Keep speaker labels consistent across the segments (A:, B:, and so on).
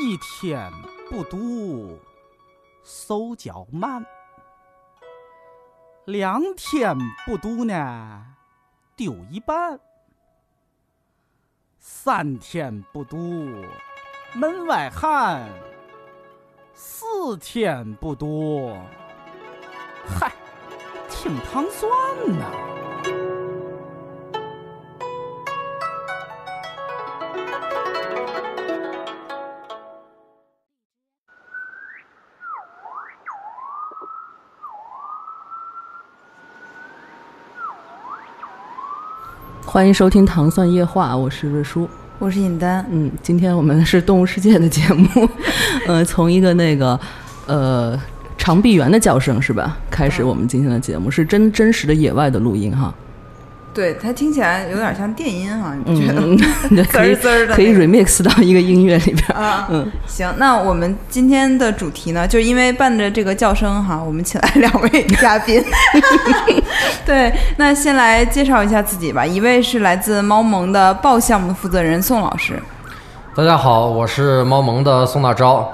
A: 一天不读，手脚慢；两天不读呢，丢一半；三天不读，门外汉；四天不读，嗨，挺糖蒜呐、
B: 欢迎收听《糖蒜夜话》，我是瑞舒。
C: 我是尹丹，
B: 嗯，今天我们是动物世界的节目， 呃，从一个那个呃长臂猿的叫声是吧，开始我们今天的节
C: 嗯
B: 目是真真实的野外的录音 哈。
C: 对它听起来有点像电音哈，你不觉 得吗？
B: 嗯，对，可以
C: 滋儿滋儿的
B: 可以
C: 那
B: remix 到一个音乐里边儿。
C: 啊，
B: 嗯，
C: 行，那我们今天的主题呢，就是因为伴着这个叫声哈， 我们请来两位嘉宾。 对，那先来介绍一下自己吧。一位是来自猫萌的豹项目的负责人宋老师，
D: 大家好，我是猫萌的宋大钊。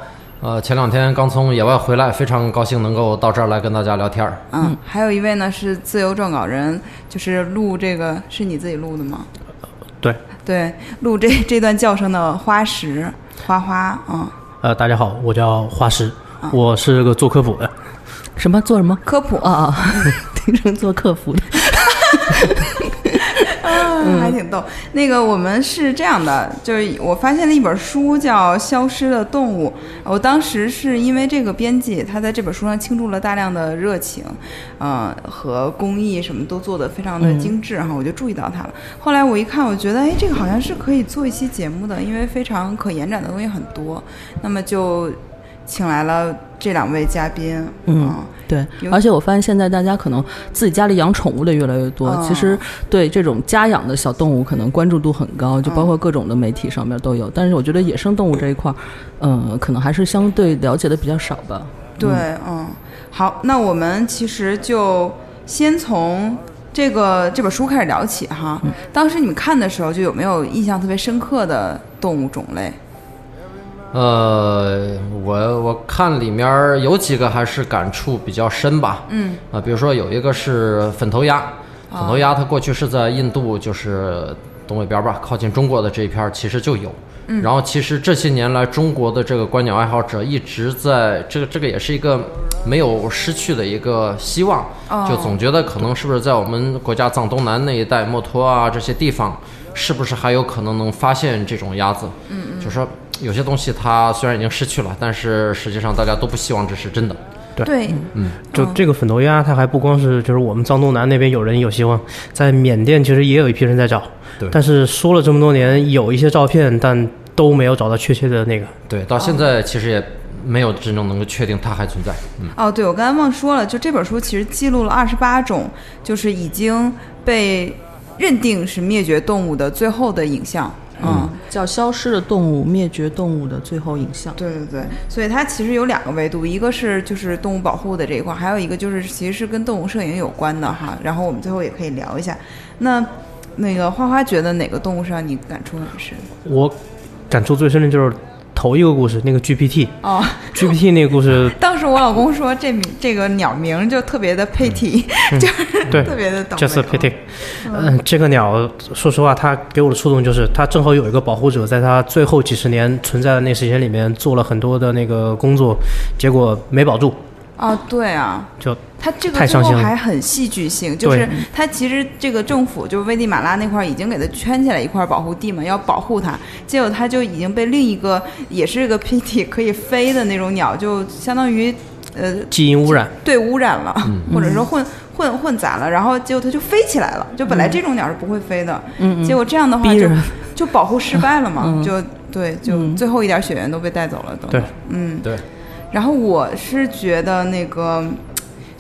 D: 呃，前两天刚从野外回来，非常高兴能够到这儿来跟大家聊天儿。
C: 嗯，还有一位呢是自由撰稿人，就是录这个是你自己录的吗？
E: 对，
C: 对，录这这段叫声的花石花花，嗯，
E: 呃，大家好，我叫花师，我是个做科普的。
B: 什么做什么？
C: 科普
B: 啊 啊，听成做客服的。
C: 啊，还挺逗。那个我们是这样的，就是我发现了一本书叫《消失的动物》，我当时是因为这个编辑，他在这本书上倾注了大量的热情，呃，和工艺什么都做得非常的精致哈，我就注意到它了。后来我一看，我觉得哎，这个好像是可以做一期节目的，因为非常可延展的东西很多。那么就请来了这两位嘉宾，啊
B: 嗯对
C: 有，
B: 而且我发现现在大家可能自己家里养宠物的越来越多，
C: 哦
B: 其实对这种家养的小动物可能关注度很高，就包
C: 嗯
B: 括各种的媒体上面都有。但是我觉得野生动物这一块儿，嗯，可能还是相对了解的比较少吧。
C: 对，嗯，好，那我们其实就先从这个这本书开始聊起哈。当时你们看的时候，就有没有印象特别深刻的动物种类？
D: 呃，我我看里面儿有几个还是感触比较深吧。嗯，哦啊、比如说有一个是粉头鸭，粉头鸭它过去是在印度，就是东北边儿吧，靠近中国的这一片儿其实就有。嗯，然后其实这些年来，中国的这个观鸟爱好者一直在这个这个也是一个没有失去的一个希望，就总觉得可能是不是在我们国家藏东南那一带，墨脱啊这些地方。是不是还有可能能发现这种鸭子？嗯嗯，就说有些东西它虽然已经失去了，但是实际上大家都不希望这是真的。
C: 对，嗯
E: 就这个粉头鸭，它还不光是就是我们藏东南那边有人有希望，在缅甸其实也有一批人在找。
D: 对
E: 但是说了这么多年，有一些照片，但都没有找到确切的那个。
D: 对，到现在其实也没有真正能够确定它还存在。嗯，
C: 哦，对，我刚才忘说了，就这本书其实记录了二十八种，就是已经被认定是灭绝动物的最后的影像。嗯
B: 叫《消失的动物：灭绝动物的最后影像》。
C: 对对对，所以它其实有两个维度，一个是就是动物保护的这一块，还有一个就是其实是跟动物摄影有关的哈。然后我们最后也可以聊一下。那那个花花觉得哪个动物是让你感触很深？
E: 我感触最深的就是头一个故事，那个 GPT，GPT
C: 哦，
E: 那个故事，
C: 当时我老公说这名这个鸟名就特别的配题，就是
E: 嗯 对
C: 特别的懂那
E: Just
C: 种。
E: a pity。嗯，这个鸟，说实话，它给我的触动就是，它正好有一个保护者，在它最后几十年存在的那时间里面做了很多的那个工作，结果没保住，
C: 啊，对啊，
E: 就
C: 它这个
E: 太
C: 最
E: 伤
C: 后
E: 心了
C: 还很戏剧性，就是它其实这个政府就是危地马拉那块儿已经给它圈起来一块保护地嘛，要保护它，结果它就已经被另一个也是个 PT 可以飞的那种鸟，就相当于呃
E: 基因污染。
C: 对污染了， 或者说
B: 嗯
C: 混混混杂了，然后结果它就飞起来了，就本来这种鸟是不会飞的，结果这样的话
B: 嗯逼
C: 就
B: 着嗯
C: 就保护失败了嘛，就对，就最后一点血缘都被带走了，都
E: 对，
C: 嗯。
D: 对，
C: 然后我是觉得那个，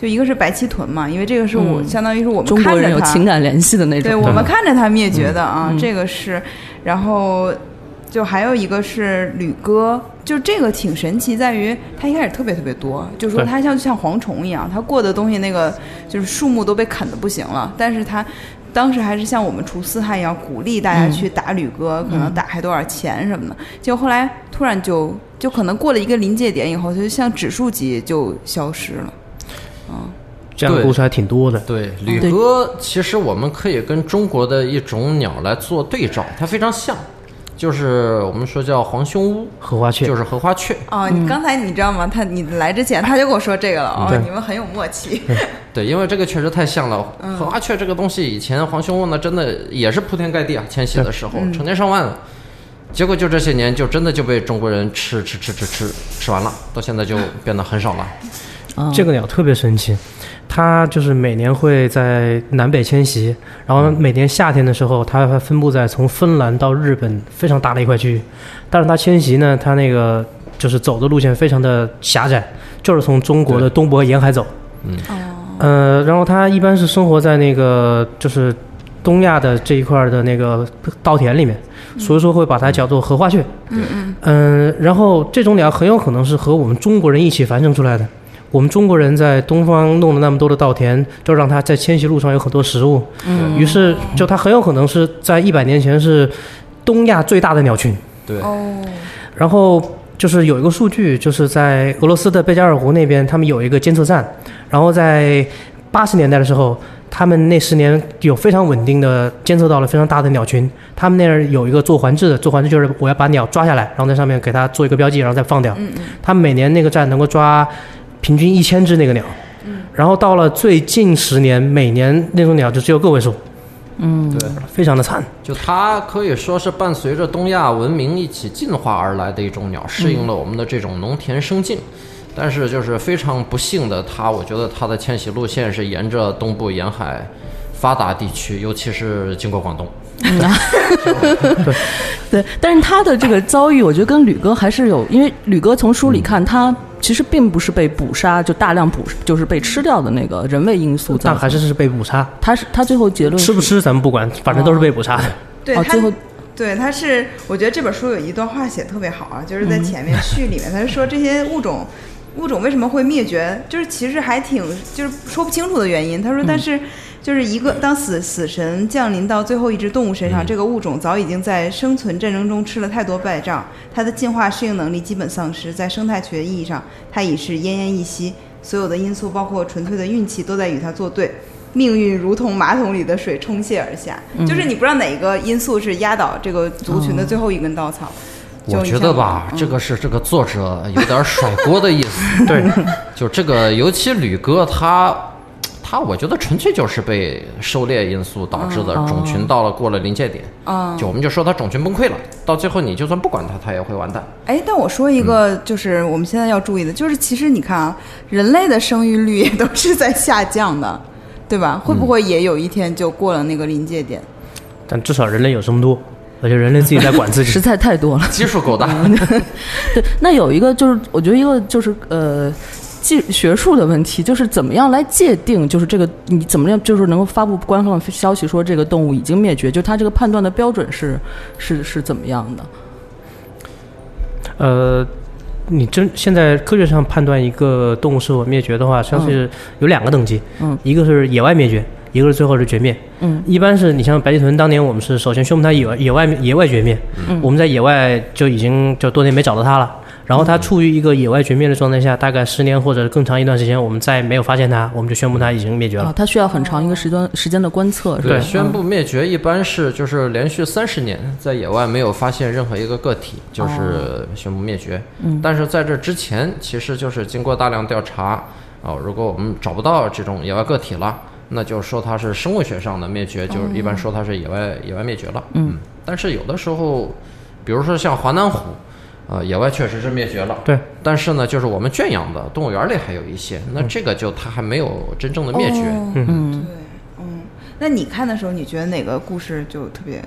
C: 就一个是白鳍豚嘛，因为这个是我、相当于是我们
B: 嗯中
C: 看
B: 国
C: 着
B: 人有
C: 它
B: 情感联系的那种。
C: 对我们看着它灭绝的啊，这个是。然后就还有一个是吕哥，就这个挺神奇，在于它一开始特别特别多，就说
E: 对
C: 它像像蝗虫一样，它过的东西那个就是树木都被啃的不行了，但是它。当时还是像我们除四害一样，鼓励大家去打吕哥，可能打还多少钱什么的。结果后来突然就就可能过了一个临界点以后，它就像指数级就消失了。
E: 这样的
D: 对
E: 故事还挺多的。
D: 对，旅鸽其实我们可以跟中国的一种鸟来做对照，它非常像，就是我们说叫黄胸乌，
E: 荷花雀
D: 就是荷花雀。
C: 哦，你刚才你知道吗？他你来之前他就跟我说这个了，哦
E: 对，
C: 你们很有默契。
D: 对，因为这个确实太像了。荷花雀这个东西，以前黄胸鹄呢，真的也是铺天盖地啊，迁徙的时候成千上万的，结果就这些年就真的就被中国人吃吃吃吃吃吃完了，到现在就变得很少了。
B: 嗯
E: 这个鸟特别神奇，它就是每年会在南北迁徙，然后每年夏天的时候，它还分布在从芬兰到日本非常大的一块区域。但是它迁徙呢，它那个就是走的路线非常的狭窄，就是从中国的东伯沿海走。
D: 嗯，
E: 呃，然后它一般是生活在那个就是东亚的这一块儿的那个稻田里面，所以说会把它叫做荷花雀。
C: 嗯嗯，
E: 嗯，然后这种鸟很有可能是和我们中国人一起繁殖出来的。我们中国人在东方弄了那么多的稻田，就让它在迁徙路上有很多食物。
D: 嗯
E: 于是，就它很有可能是在一百年前是东亚最大的鸟群。
D: 对，
C: 哦，
E: 然后就是有一个数据，就是在俄罗斯的贝加尔湖那边，他们有一个监测站，然后在八十年代的时候，他们那十年有非常稳定的监测到了非常大的鸟群，他们那儿有一个做环制的，做环制就是我要把鸟抓下来，然后在上面给它做一个标记，然后再放掉。
C: 嗯嗯
E: 他们每年那个站能够抓平均一千只那个鸟。然后到了最近十年，每年那种鸟就只有个位数，
B: 嗯
D: 对，
E: 非常的惨。
D: 就它可以说是伴随着东亚文明一起进化而来的一种鸟，适应了我们的这种农田生境。但是就是非常不幸的，它我觉得它的迁徙路线是沿着东部沿海发达地区，尤其是经过广东。
B: 对，但是他的这个遭遇，我觉得跟吕哥还是有，因为吕哥从书里看，他其实并不是被捕杀，就大量捕，就是被吃掉的那个人为因素造
E: 但
B: 成。
E: 还是是被捕杀，
B: 他是他最后结论
E: 吃不吃咱们不管，反正都是被捕杀的。
C: 对，
B: 哦
C: 他
B: 最后
C: 对，他是我觉得这本书有一段话写得特别好啊，就是
B: 嗯
C: 在前面序里面，他是说这些物种。物种为什么会灭绝？就是其实还挺，就是说不清楚的原因。他说，
B: 嗯
C: 但是就是一
D: 嗯
C: 个当死死神降临到最后一只动物身上，这个物种早已经在生存战争中吃了太多败仗，它的进化适应能力基本丧失，在生态学意义上，它已是奄奄一息。所有的因素，包括纯粹的运气，都在与它作对。命运如同马桶里的水冲泻而下，
D: 嗯
C: 就是你不知道哪个因素是压倒这个族群的最后一根稻草。就
D: 我
C: 你
D: 觉得
C: 像
D: 吧，
C: 嗯
D: 这个是这个作者有点甩锅的意思。
E: 对，
D: 就这个，尤其吕哥他，他我觉得纯粹就是被狩猎因素导致的，种群到了过了临界点，就我们就说他种群崩溃了，到最后你就算不管他，他也会完蛋。
C: 哎，但我说一
D: 嗯
C: 个，就是我们现在要注意的，就是其实你看啊，人类的生育率也 都是在下降的，对吧？会
D: 嗯
C: 不会也有一天就过了那个临界点？
E: 但至少人类有这么多，而且人类自己在 管自
B: 实
E: 己。
B: 在太多了。
D: 基数够大，
B: 对，那有一个就是，我觉得一个就是呃。技学术的问题就是怎么样来界定，就是这个你怎么样，就是能够发布官方消息说这个动物已经灭绝，就它这个判断的标准是是是怎么样的？
E: 呃，你真现在科学上判断一个动物是否灭绝的话，像是有两个等级，
B: 嗯，
E: 一个是野外灭绝，一个是最后是绝灭。
B: 嗯，
E: 一般是你像白鳍豚，当年我们是首先宣布它野外野外野外绝灭，
B: 嗯
E: 我们在野外就已经就多年没找到它了。然后
B: 嗯
E: 它处于一个野外绝灭的状态下，大概十年或者更长一段时间，我们再没有发现它，我们就宣布它已经灭绝了
B: 啊，。它需要很长一个时段时间的观测，是吧？
E: 对
D: 宣布灭绝一般是就是连续三十年在野外没有发现任何一个个体，就是宣布灭绝。但是在这之前，其实就是经过大量调查，哦，如果我们找不到这种野外个体了，那就说它是生物学上的灭绝，就是一般说它是野外野外灭绝了。嗯，但是有的时候，比如说像华南虎。呃，野外确实是灭绝了，
E: 对。
D: 但是呢，就是我们圈养的动物园里还有一些，那这个就它还没有真正的灭绝。
B: 哦
C: 嗯，对，嗯。那你看的时候，你觉得哪个故事就特别？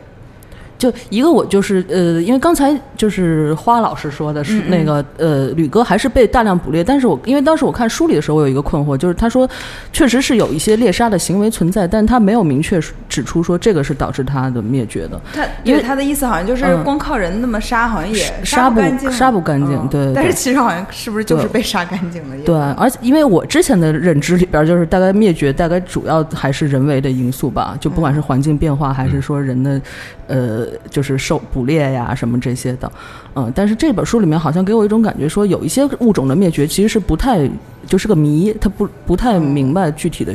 B: 就一个我就是呃，因为刚才就是花老师说的是那个呃，吕哥还是被大量捕猎，但是我因为当时我看书里的时候，我有一个困惑，就是他说确实是有一些猎杀的行为存在，但他没有明确指出说这个是导致它的灭绝的。
C: 他
B: 因
C: 因
B: 为
C: 为他的意思好像就是
B: 嗯
C: 光靠人那么杀，好像也
B: 杀
C: 不
B: 不
C: 干净，
B: 杀不干净
C: 嗯
B: 对
C: 但是
B: 对
C: 其实好像是不是就是
B: 对
C: 被杀干净了？也
B: 对，而且因为我之前的认知里边，就是大概灭绝，大概主要还是人为的因素吧，就不管是环境变化，还是说人的，呃，就是狩捕猎呀什么这些的，嗯，但是这本书里面好像给我一种感觉，说有一些物种的灭绝其实是不太就是个谜，他不不太明白具体的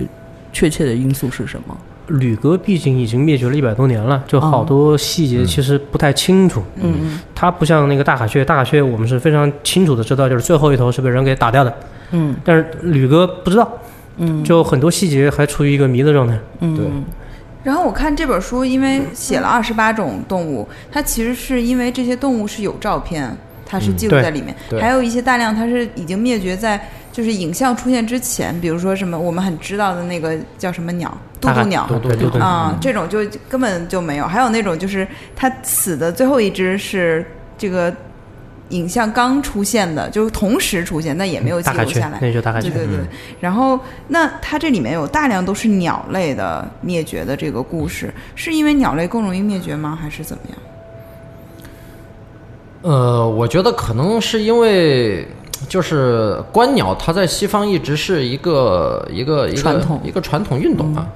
B: 确切的因素是什 么。
E: 吕哥毕竟已经灭绝了一百多年
C: 哦
E: 了，就好多细节其实不太清楚。
B: 嗯嗯
E: 它不像那个大卡雀，大卡雀我们是非常清楚的知道，就是最后一头是被人给打掉的。
B: 嗯
E: 但是吕哥不知道，
B: 嗯，
E: 就很多细节还处于一个迷的状态。
B: 嗯
D: 对
C: 然后我看这本书，因为写
E: 嗯
C: 了二十八种动物，它其实是因为这些动物是有照片，它是记录
E: 嗯对
C: 在里面，
D: 对
C: 还有一些大量它是已经灭绝在就是影像出现之前，比如说什么我们很知道的那个叫什么鸟，渡
E: 大
C: 渡
E: 海
C: 鸟。
E: 对对对对，
C: 啊、这种就根本就没有，还有那种就是它死的最后一只是这个影像刚出现的，就是同时出现，但也没有记
E: 嗯大卡
C: 录
E: 雀
C: 下来，。
E: 啊那就大卡雀
C: 对。对对，然后那它这里面有大量都是鸟类的灭绝的这个故事，是因为鸟类更容易灭绝吗？还是怎么样？
D: 呃，我觉得可能是因为。就是观鸟，它在西方一直是一个一个一个
B: 传统嗯
D: 一个传统运动啊，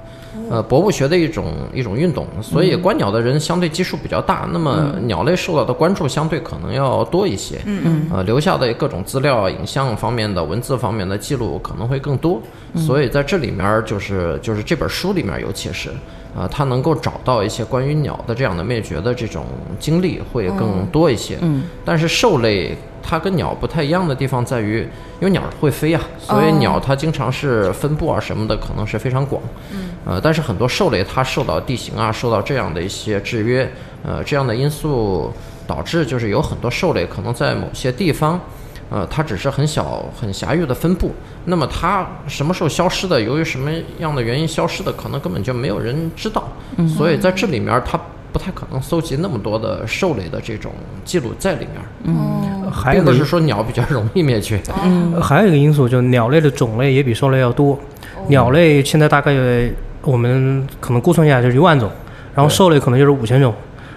D: 呃，博物学的一种一种运动，所以观鸟的人相对基数比较大，那么
B: 嗯
D: 鸟类受到的关注相对可能要多一些，嗯嗯，呃，留下的各种资料、啊影像方面的、文字方面的记录可能会更多，所以在这里面儿就是就是这本书里面儿尤其是。啊，它能够找到一些关于鸟的这样的灭绝的这种经历会更多一些。嗯，但是兽类它跟鸟不太一样的地方在于，因为鸟儿会飞呀、啊所以鸟它经常是分布啊什么的可能是非常广。嗯，呃，但是很多兽类它受到地形啊，受到这样的一些制约，呃，这样的因素导致就是有很多兽类可能在某些地方。呃，它只是很小、很狭域的分布。那么它什么时候消失的，由于什么样的原因消失的，可能根本就没有人知道。
B: 嗯
D: 所以在这里面儿，它不太可能搜集那么多的兽类的这种记录在里面儿，
C: 嗯，
E: 还有
D: 并
E: 一
D: 不
E: 个
D: 是说鸟比较容易灭绝。
B: 嗯
E: 呃还有一个因素，就是鸟类的种类也比兽类要多。
D: 哦
E: 鸟类现在大概有我们可能估算一下就是一万种，然后
D: 对
E: 兽类可能就是五千种，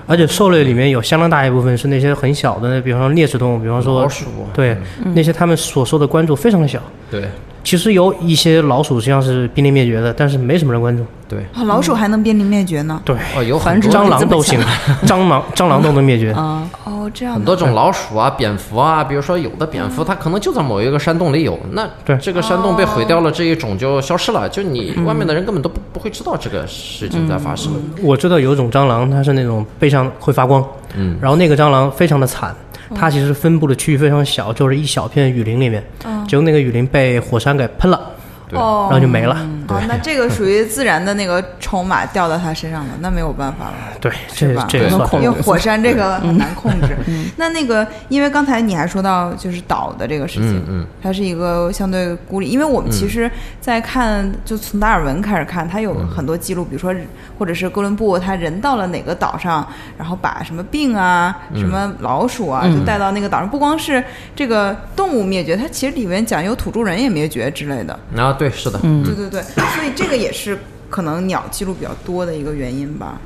E: 而且兽类里面有相当大一部分是那些很小的，比方说啮齿动物，比方说
D: 老鼠啊，
E: 对那些他们所受的关注非常的小。
D: 对
E: 其实有一些老鼠实际上是濒临灭绝的，但是没什么人关注。
D: 对，
C: 啊老鼠还能濒临灭绝呢？
E: 对，
D: 哦，有很
B: 繁殖
D: 多
E: 蟑
B: 这
E: 螂
B: 么
E: 都行， 蟑螂蟑螂都能灭绝。
B: 啊，
C: 哦，这样
D: 很多种老鼠啊、蝙蝠啊，比如说有的蝙蝠它可能就在某一个山洞里有，那
E: 对
D: 这个山洞被毁掉了，这一种就消失了，就你外面的人根本都不不会知道这个事情在发生。
E: 我知道有一种蟑螂，它是那种背上会发光，
D: 嗯，
E: 然后那个蟑螂非常的惨，
C: 哦
E: 它其实分布的区域非常小，就是一小片雨林里面，结果那个雨林被火山给喷了，
D: 对
C: 哦，
E: 然后就没了。
C: 哦，那这个属于自然的那个筹码掉到它身上了，那没有办法了。
E: 对，
C: 是
E: 这
C: 吧
E: 这也
D: 对
E: 算
B: 能控
C: 因
B: 制
C: 为火山这个很难控制。那那个，因为刚才你还说到就是岛的这个事情
D: 嗯，嗯
C: 它是一个相对孤立，因为我们其实，在看就从达尔文开始看，它有很多记录，比如说或者是哥伦布他人到了哪个岛上，然后把什么病啊、
E: 嗯
C: 什么老鼠啊，就带到那个岛上。不光是这个动物灭绝，它其实里面讲有土著人也灭绝之类的。
D: 啊，对，是的，
E: 嗯
C: 对对对，所以这个也是可能鸟记录比较多的一个原因吧。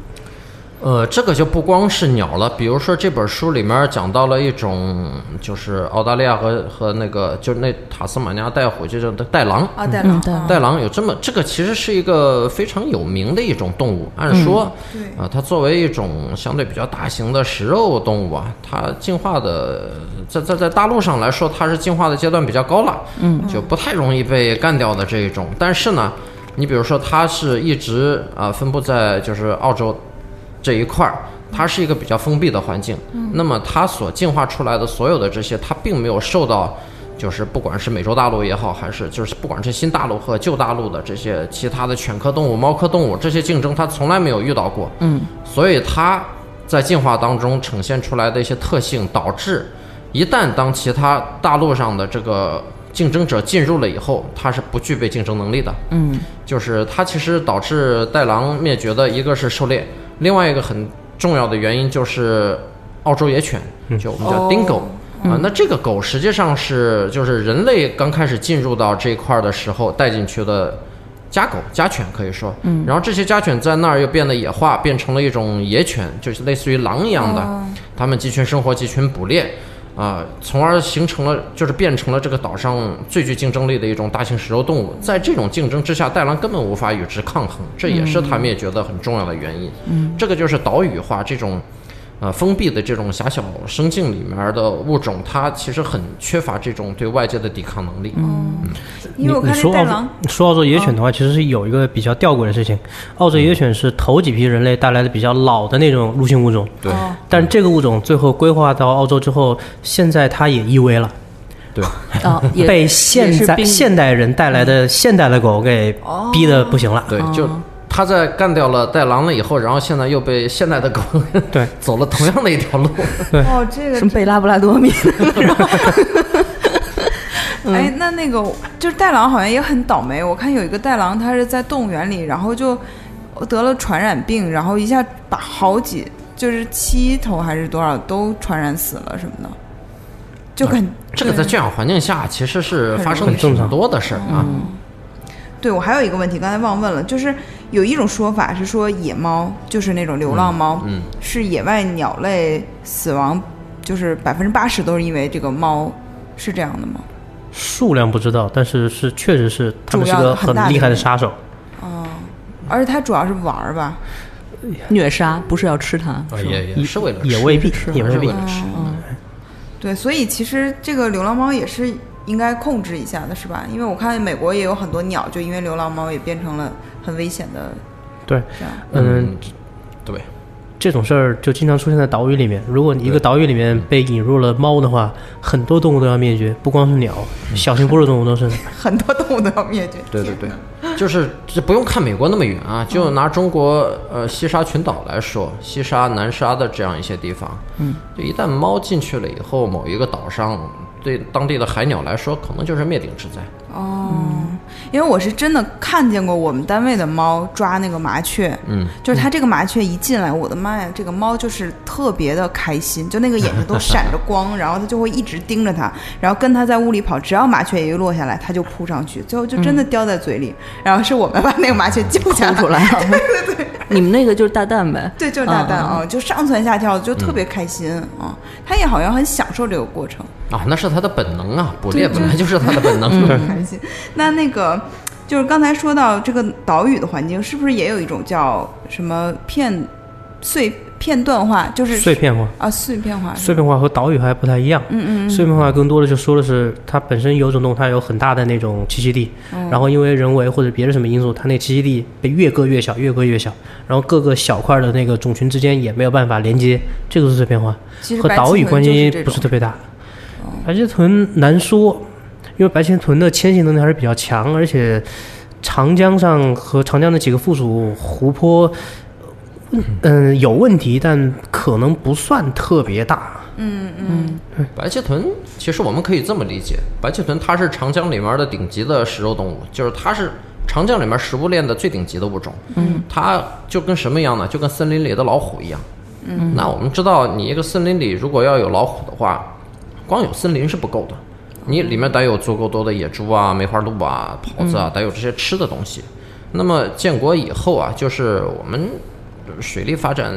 D: 呃，这个就不光是鸟了，比如说这本书里面讲到了一种，就是澳大利亚和和那个就是那塔斯马尼亚带虎，就是带狼。
C: 啊，带狼，
B: 嗯对
C: 啊
D: 带狼有这么，这个其实是一个非常有名的一种动物。按说，
C: 嗯对
D: 啊，它作为一种相对比较大型的食肉动物啊，它进化的在在在大陆上来说，它是进化的阶段比较高了，嗯，就不太容易被干掉的这一种。但是呢，你比如说，它是一直啊分布在就是澳洲这一块儿。它是一个比较封闭的环境，那么它所进化出来的所有的这些，它并没有受到就是不管是美洲大陆也好，还是就是不管是新大陆和旧大陆的这些其他的犬科动物、猫科动物这些竞争，它从来没有遇到过。嗯，所以它在进化当中呈现出来的一些特性，导致一旦当其他大陆上的这个竞争者进入了以后，它是不具备竞争能力的。
B: 嗯
D: 就是它其实导致带狼灭绝的一个是狩猎，另外一个很重要的原因就是澳洲野犬，就我们叫
C: 哦
D: dingo、啊。那这个狗实际上是就是人类刚开始进入到这一块儿的时候带进去的家狗、家犬可以说，嗯，然后这些家犬在那儿又变得野化，变成了一种野犬，就是类似于狼一样的，它们集群生活、集群捕猎，啊、从而形成了就是变成了这个岛上最具竞争力的一种大型食肉动物。在这种竞争之下，带狼根本无
E: 嗯
D: 法与之抗衡，这也是它灭绝的很重要的原因。嗯，这个就是岛屿化这种呃封闭的这种狭小生境里面的物种，它其实很缺乏这种对外界的抵抗能力。
E: 哦
C: 因为我
E: 你
C: 看
E: 说
C: 那
E: 澳
C: 袋
E: 洲
C: 狼，
E: 说澳洲野犬的话，其实是有一个比较吊诡的事情。澳洲野犬是头几批人类带来的比较老的那种入侵物种，
D: 对
C: 哦
E: 但这个物种最后规划到澳洲之后，现在它也易危了，
D: 对，
E: 哦
B: 啊，也
E: 被
B: 也
E: 现
B: 是
E: 在
B: 濒临
E: 现代人带来的现代的狗给
C: 哦
E: 逼的不行了。
D: 对，就他在干掉了带狼了以后，然后现在又被现代的狗
E: 对
D: 走了同样的一条 路。
C: 哦，这个
B: 什么贝拉布拉多米，
C: 哎，那那个就是袋狼好像也很倒霉。我看有一个袋狼，它是在动物园里，然后就得了传染病，然后一下把好几就是七头还是多少都传染死了什么的，就很、
D: 这个在圈养环境下其实是发生
E: 很正
D: 挺
E: 常嗯
D: 多的事儿啊。
C: 对我还有一个问题，刚才忘问了，就是有一种说法是说野猫就是那种流浪猫，
D: 嗯嗯
C: 是野外鸟类死亡就是百分之八十都是因为这个猫，是这样的吗？
E: 数量不知道，但是是确实是它们
C: 主
E: 是
C: 要
E: 个
C: 很大的
E: 厉害的
C: 原因
E: 杀手。
C: 而且它主要是玩儿吧，
B: 虐杀不是要吃它，
D: 呃也也是为了
E: 也
D: 吃
E: 未必
B: 是，
E: 也
D: 还
E: 未
D: 是
E: 必
D: 为。了吃。
C: 对，所以其实这个流浪猫也是应该控制一下的，是吧？因为我看美国也有很多鸟，就因为流浪猫也变成了很危险的
E: 对，
C: 这样。
E: 嗯，，
D: 对，
E: 这种事儿就经常出现在岛屿里面。如果你一个
D: 对嗯
E: 岛屿里面被引入了猫的话，很多动物都要灭绝，不光是鸟，
D: 嗯
E: 小型哺乳动物都是。
C: 很多动物都要灭绝。
D: 对对
C: 天哪
D: 对，就是这不用看美国那么远啊，就拿中国呃西沙群岛来说，西沙、南沙的这样一些地方，嗯，就一旦猫进去了以后，某一个岛上对当地的海鸟来说，可能就是灭顶之灾。
C: 哦，因为我是真的看见过我们单位的猫抓那个麻雀，
D: 嗯，
C: 就是它这个麻雀一进来，我的妈呀，这个猫就是特别的开心，就那个眼睛都闪着光， 然后它就会一直盯着它，然后跟它在屋里跑，只要麻雀一落下来，它就扑上去，最后就真
D: 嗯
C: 的叼在嘴里，然后是我们把那个麻雀救下
B: 吐出来了。你们那个就是大蛋呗？
C: 对，就是大
B: 嗯
C: 蛋
B: 嗯
C: 啊、就上蹿下跳，就特别开心啊、它也好像很享受这个过程，
D: 啊，那是它的本能啊！捕猎本来就是它的本 能。
C: 很开
E: 嗯
C: 心。那那个就是刚才说到这个岛屿的环境，是不是也有一种叫什么片碎片段化， 就是
E: 碎片化，
C: 啊碎片化？
E: 碎片化和岛屿还不太一样。嗯嗯。碎片化更多的就说的是它本身有种动物，它有很大的那种栖息地，然后因为人为或者别的什么因素，它那栖息地被越割越小，越割越小，然后各个小块的那个种群之间也没有办法连接，这个是碎片化。
C: 其实
E: 和
C: 白
E: 岛
C: 鳍
E: 屿
C: 豚
E: 关
C: 就是
E: 系
C: 这
E: 不
C: 种哦
E: 是特别大。白鳍豚难说，因为白鳍豚的迁徙能力还是比较强，而且长江上和长江的几个附属湖泊，嗯、有问题，但可能不算特别大。
D: 白鳍豚其实我们可以这么理解，白鳍豚它是长江里面的顶级的食肉动物，就是它是长江里面食物链的最顶级的物种。嗯，它就跟什么一样呢？就跟森林里的老虎一样。嗯，那我们知道，你一个森林里如果要有老虎的话，光有森林是不够的，你里面得有足够多的野猪啊、梅花鹿啊、狍子啊，得有这些吃的东西。那么建国以后啊，就是我们水利发展，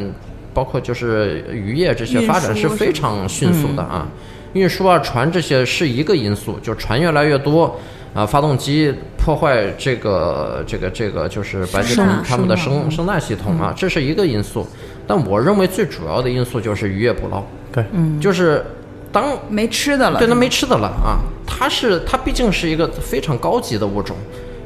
D: 包括就是渔业这些发展是非常迅速的啊。运输啊、船这些是一个因素，就船越来越多，啊，发动机破坏这个这个这个就是啊白鳍
B: 声
D: 豚
B: 呐
D: 它们的
B: 声呐
D: 生生态系统啊，这是一个因素。但我认为最主要的因素就是渔业捕捞，
E: 对，
C: 嗯
D: 就是当
C: 没吃的了，
D: 对，那没吃的了啊。它是它毕竟是一个非常高级的物种，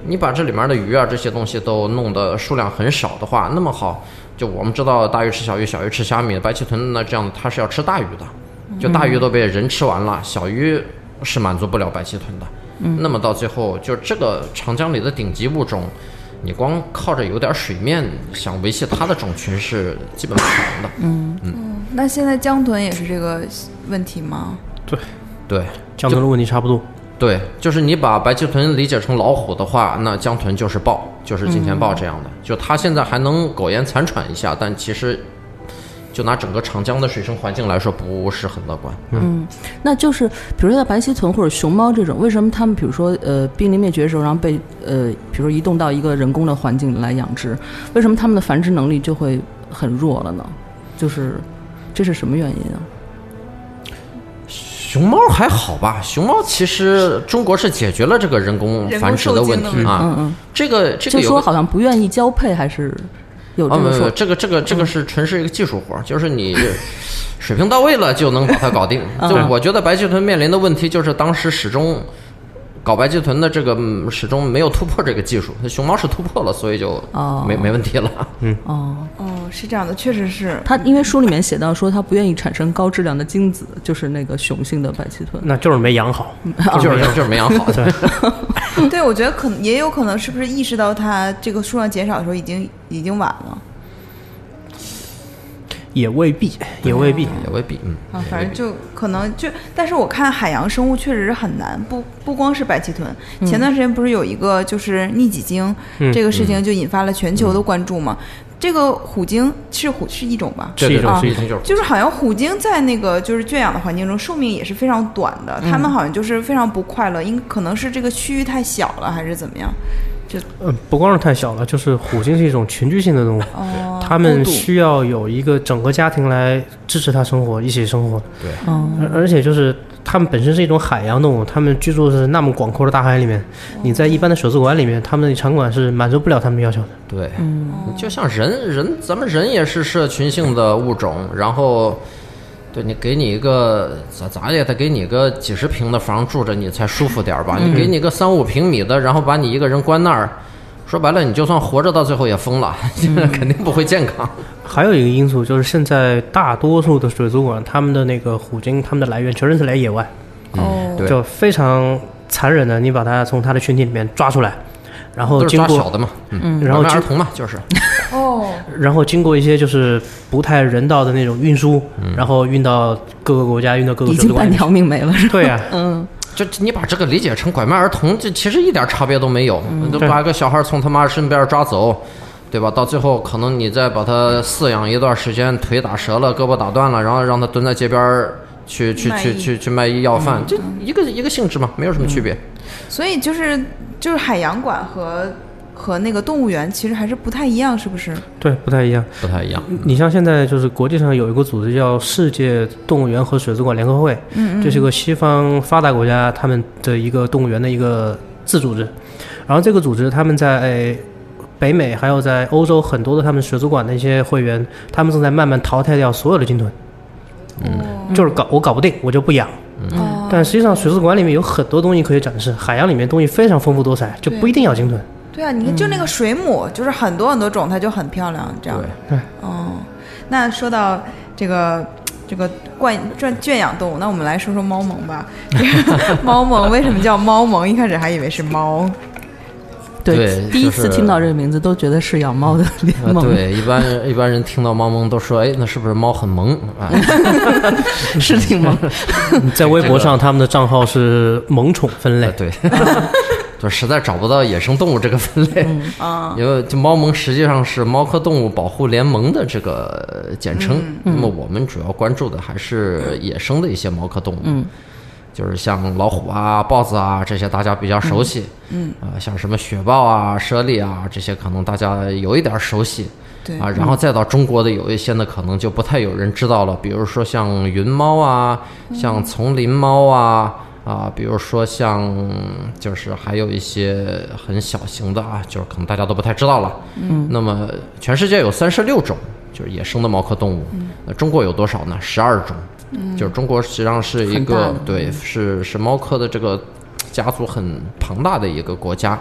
D: 你把这里面的鱼啊这些东西都弄得数量很少的话，那么好，就我们知道大鱼吃小鱼，小鱼吃虾米，白鳍豚那这样它是要吃大鱼的，就大鱼都被人吃完了，小鱼是满足不了白鳍豚的。那么到最后，就这个长江里的顶级物种，你光靠着有点水面想维系它的种群是基本不可能的。
C: 那现在江豚也是这个问题吗？
D: 对，
E: 江豚的问题差不多。
D: 对，就是你把白鳍豚理解成老虎的话，那江豚就是豹，就是金钱豹这样的。就它现在还能苟延残喘一下，但其实就拿整个长江的水生环境来说，不是很乐观。嗯，
B: 那就是比如说像白鳍豚或者熊猫这种，为什么它们比如说呃濒临灭绝的时候，然后被呃比如说移动到一个人工的环境来养殖，为什么它们的繁殖能力就会很弱了呢？就是这是什么原因啊？
D: 熊猫还好吧？熊猫其实中国是解决了这个人工
C: 人工
D: 繁殖的
C: 受精
D: 问
C: 的
D: 题
C: 问
D: 啊。
B: 嗯嗯，
D: 这个这
B: 就
D: 个有
B: 说
D: 个
B: 好像不愿意交配还是有
D: 啊，
B: 这
D: 没
B: 么
D: 有没
B: 说嗯
D: 有，这个这个这个是纯是一个技术活儿，就是你水平到位了就能把它搞定。
B: 嗯
D: 就我觉得白鲸豚面临的问题就是当时始终搞白鲸豚的这个嗯始终没有突破这个技术，熊猫是突破了，所以就
B: 哦
D: 没没问题了。
B: 哦。
C: 哦，是这样的，确实是。
B: 他因为书里面写到说，他不愿意产生高质量的精子，就是那个雄性的白鳍豚。
E: 那就是没养好。
C: 嗯
D: 就是就是没养好，
C: 对，我觉得可能也有可能，是不是意识到它这个数量减少的时候已经已经晚了
E: 也未必，也未必。
D: 也未必，嗯，
C: 啊？
D: 也
C: 反
D: 未
C: 正
D: 必。
C: 就可能就，但是我看海洋生物确实是很难，不不光是白鳍豚。前段时间不是有一个就是逆几鲸、
E: 嗯
C: 这个事情，就引发了全球的关注嘛？这个虎鲸是虎是一种吧？
D: 这
E: 是一种
D: 个
E: 是一
D: 种，就是
C: 就是好像虎鲸在那个就是圈养的环境中寿命也是非常短的，
E: 嗯
C: 它们好像就是非常不快乐，应可能是这个区域太小了，还是怎么样？
E: 嗯，不光是太小了，就是虎鲸是一种群居性的动物，
C: 哦，
E: 它
C: 孤
E: 们
C: 独
E: 需要有一个整个家庭来支持它生活，一起生活。
B: 嗯，
E: 而而且就是它们本身是一种海洋动物，它们居住是那么广阔的大海里面，你在一般的水族馆里面，它们的场馆是满足不了它们的要求的。
D: 对，就像人人，咱们人也是社群性的物种，然后。对你给你一个咋咋也得给你个几十平的房住着你才舒服点儿吧？你给你个三五平米的，然后把你一个人关那儿，说白了你就算活着到最后也疯了， 肯定不会健康。
E: 还有一个因素就是，现在大多数的水族馆，它们的那个虎鲸，它们的来源全是来野外，
C: 哦，
D: 对，
E: 就非常残忍的，你把它从它的群体里面抓出来，然后
D: 都是
E: 经
D: 抓
E: 过
D: 小的嘛，嗯，
E: 然后
D: 拐卖
E: 经
D: 儿童嘛，就是
C: 哦，
E: 然后经过一些就是不太人道的那种运输，
D: 嗯
E: 然后运到各个国家，运到各个
B: 已
E: 水族
B: 经半
E: 馆里
B: 条
E: 去。
B: 命没了，是吧？
E: 对啊，
B: 嗯，
D: 就你把这个理解成拐卖儿童，这其实一点差别都没有。你就
E: 对
D: 把个小孩从他妈身边抓走，对吧？到最后可能你再把他饲养一段时间，腿打折了，胳膊打断了，然后让他蹲在街边儿去去
C: 卖艺
D: 去去去卖医要饭，这一个一个性质嘛，没有什么区别。
C: 所以就是就是海洋馆和和那个动物园其实还是不太一样，是不是？
E: 对，不太一样。
D: 不太一样。
E: 你像现在就是国际上有一个组织叫世界动物园和水族馆联合会，
C: 嗯
E: 这是个西方发达国家他们的一个动物园的一个自组织。然后这个组织他们在呃北美还有在欧洲很多的他们水族馆的一些会员，他们正在慢慢淘汰掉所有的鲸豚，
C: 嗯
E: 就是搞我搞不定我就不养。
C: 哦，
E: 但实际上，水族馆里面有很多东西可以展示，海洋里面东西非常丰富多彩，就不一定要鲸豚。
C: 对啊，你看就
D: 嗯
C: 那个水母，就是很多很多种，它就很漂亮，这样。
E: 对，
C: 哦，那说到这个。这个惯圈圈养动物，那我们来说说猫萌吧。 这个猫萌为什么叫猫萌？一开始还以为是猫，
D: 对
B: 第一
D: 就
B: 次
D: 是
B: 听到这个名字都觉得是养猫的 联
D: 啊，
B: 盟，
D: 对，一般一般人听到猫萌都说，哎，那是不是猫很萌啊？
B: 是挺萌。
E: 在微博上，他们的账号是萌宠分类
D: 哎，。对， 就实在找不到野生动物这个分类
C: 啊，
D: 因为这猫盟实际上是猫科动物保护联盟的这个呃简称。那
E: 嗯
D: 么我们主要关注的还是野生的一些猫科动物，
E: 嗯
D: 就是像老虎啊、豹子啊这些大家比较熟悉，嗯，啊、像什么雪豹啊、猞猁啊这些可能大家有一点熟悉。
C: 对
D: 啊，然后再到中国的有一些呢，可能就不太有人知道了，比如说像云猫啊，
B: 嗯
D: 像丛林猫啊，啊，比如说像就是还有一些很小型的啊，就是可能大家都不太知道了。嗯，那么全世界有三十六种就是野生的猫科动物，
B: 嗯
D: 呃，中国有多少呢？十二种。就是中国实际上是一
B: 很大
D: 个
B: 的嗯
D: 对，是是猫科的这个家族很庞大的一个国家，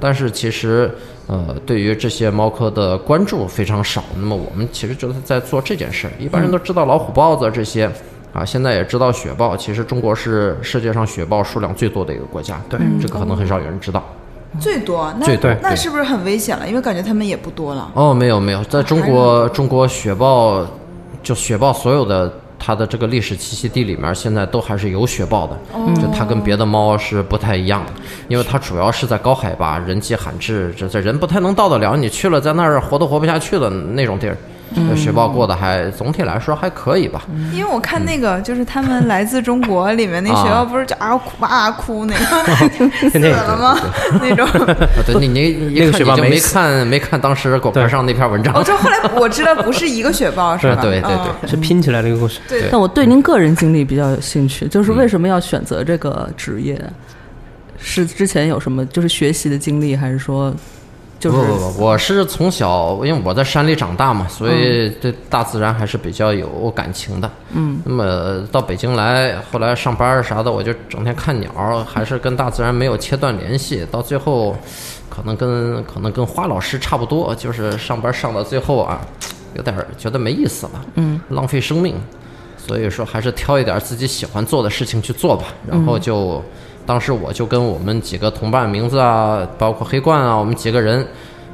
D: 但是其实呃，对于这些猫科的关注非常少。那么我们其实就是在做这件事儿，一般人都知道老虎、豹子这些。啊，现在也知道雪豹，其实中国是世界上雪豹数量最多的一个国家，对，这个可能很少有人知道。
C: 最多那
D: 最多
C: 那
D: 对
C: 是不是很危险了？因为感觉它们也不多了。
D: 哦，没有没有，在中国中国雪豹，就雪豹所有的它的这个历史栖息地里面，现在都还是有雪豹的，
C: 哦
D: 就它跟别的猫是不太一样的，因为它主要是在高海拔、人迹罕至，这这人不太能到得了，你去了在那儿活都活不下去的那种地儿。
C: 嗯
D: 这雪豹过得还总体来说还可 以吧，
C: 因为我看
D: 嗯
C: 那个就是他们来自中国里面那学校不是就啊哭啊哭那个 死了吗？ 那种。
D: 啊，哦对你你
E: 那
D: 一
E: 个
D: 看
E: 雪
D: 你
E: 豹
D: 就
E: 没
D: 没
E: 死
D: 看没看当时果盘上那篇文章
C: 哦，，就后来我知道不是一个雪豹是吧？
D: 对对
C: 嗯
E: 是拼起来的一个故事。
C: 对
B: 但我对您个人经历比较有兴趣，就是
D: 嗯
B: 为什么要选择这个职业？是之前有什么就是学习的经历，还是说就是
D: 不不不，我是从小因为我在山里长大嘛，所以对大自然还是比较有感情的。嗯，那么到北京来，后来上班儿啥的，我就整天看鸟，还是跟大自然没有切断联系。到最后，可能跟可能跟花老师差不多，就是上班上到最后啊，有点儿觉得没意思了，嗯，浪费生命。所以说还是挑一点自己喜欢做的事情去做吧。然后就，当时我就跟我们几个同伴名字啊，包括黑冠啊，我们几个人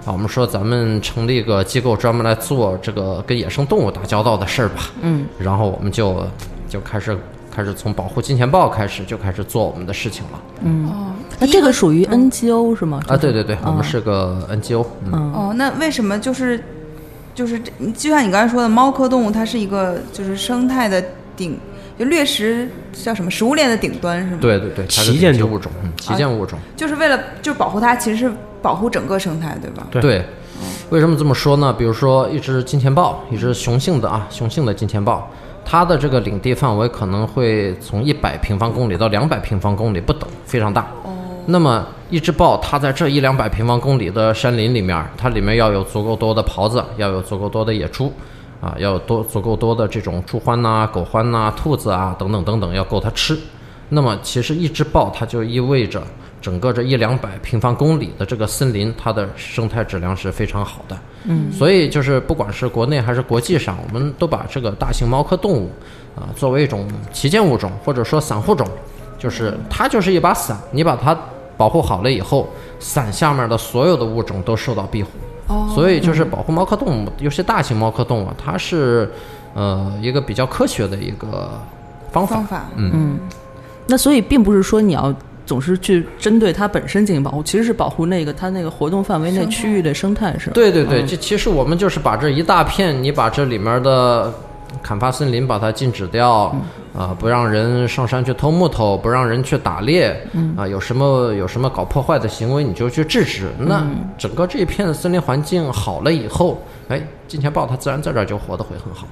D: 啊，我们说咱们成立一个机构，专门来做这个跟野生动物打交道的事儿吧。嗯，然后我们就就开始开始从保护金钱豹开始就开始做我们的事情了。
B: 那哎这个属于 NGO 是吗？
D: 啊，对对对，我们是个 NGO，嗯。
C: 哦，那为什么就是就是这就像你刚才说的，猫科动物它是一个就是生态的顶，就掠食叫什么食物链的顶端是吗？，
D: 对对对，它是
E: 旗舰
D: 顶级
E: 种
D: 物种，嗯旗舰物种。
C: 就是为了就保护它，其实是保护整个生态，对吧？
E: 对
D: 对，为什么这么说呢？比如说一只金钱豹，一只雄性的啊，雄性的金钱豹，它的这个领地范围可能会从一百平方公里到两百平方公里不等，非常大。哦。那么一只豹，它在这一两百平方公里的山林里面，它里面要有足够多的狍子，要有足够多的野猪。啊，要有多足够多的这种猪獾呐、狗獾呐、兔子啊等等等等，要够它吃。那么其实一只豹，它就意味着整个这一两百平方公里的这个森林，它的生态质量是非常好的。嗯，所以就是不管是国内还是国际上，我们都把这个大型猫科动物啊、作为一种旗舰物种或者说散户种，就是它就是一把伞，你把它保护好了以后，伞下面的所有的物种都受到庇护。所以就是保护猫科动物，尤其大型猫科动物，它是呃一个比较科学的一个方法。
C: 方法，
B: 那所以并不是说你要总是去针对它本身进行保护，其实是保护那个它那个活动范围内区域的生态是吧？嗯
D: 对对对，这其实我们就是把这一大片，你把这里面的砍伐森林把它禁止掉，
B: 嗯
D: 啊，不让人上山去偷木头，不让人去打猎，
B: 嗯
D: 啊，有什么有什么搞破坏的行为你就去制止。
B: 嗯
D: 那整个这一片森林环境好了以后，哎，金钱豹它自然在这儿就活得会很好。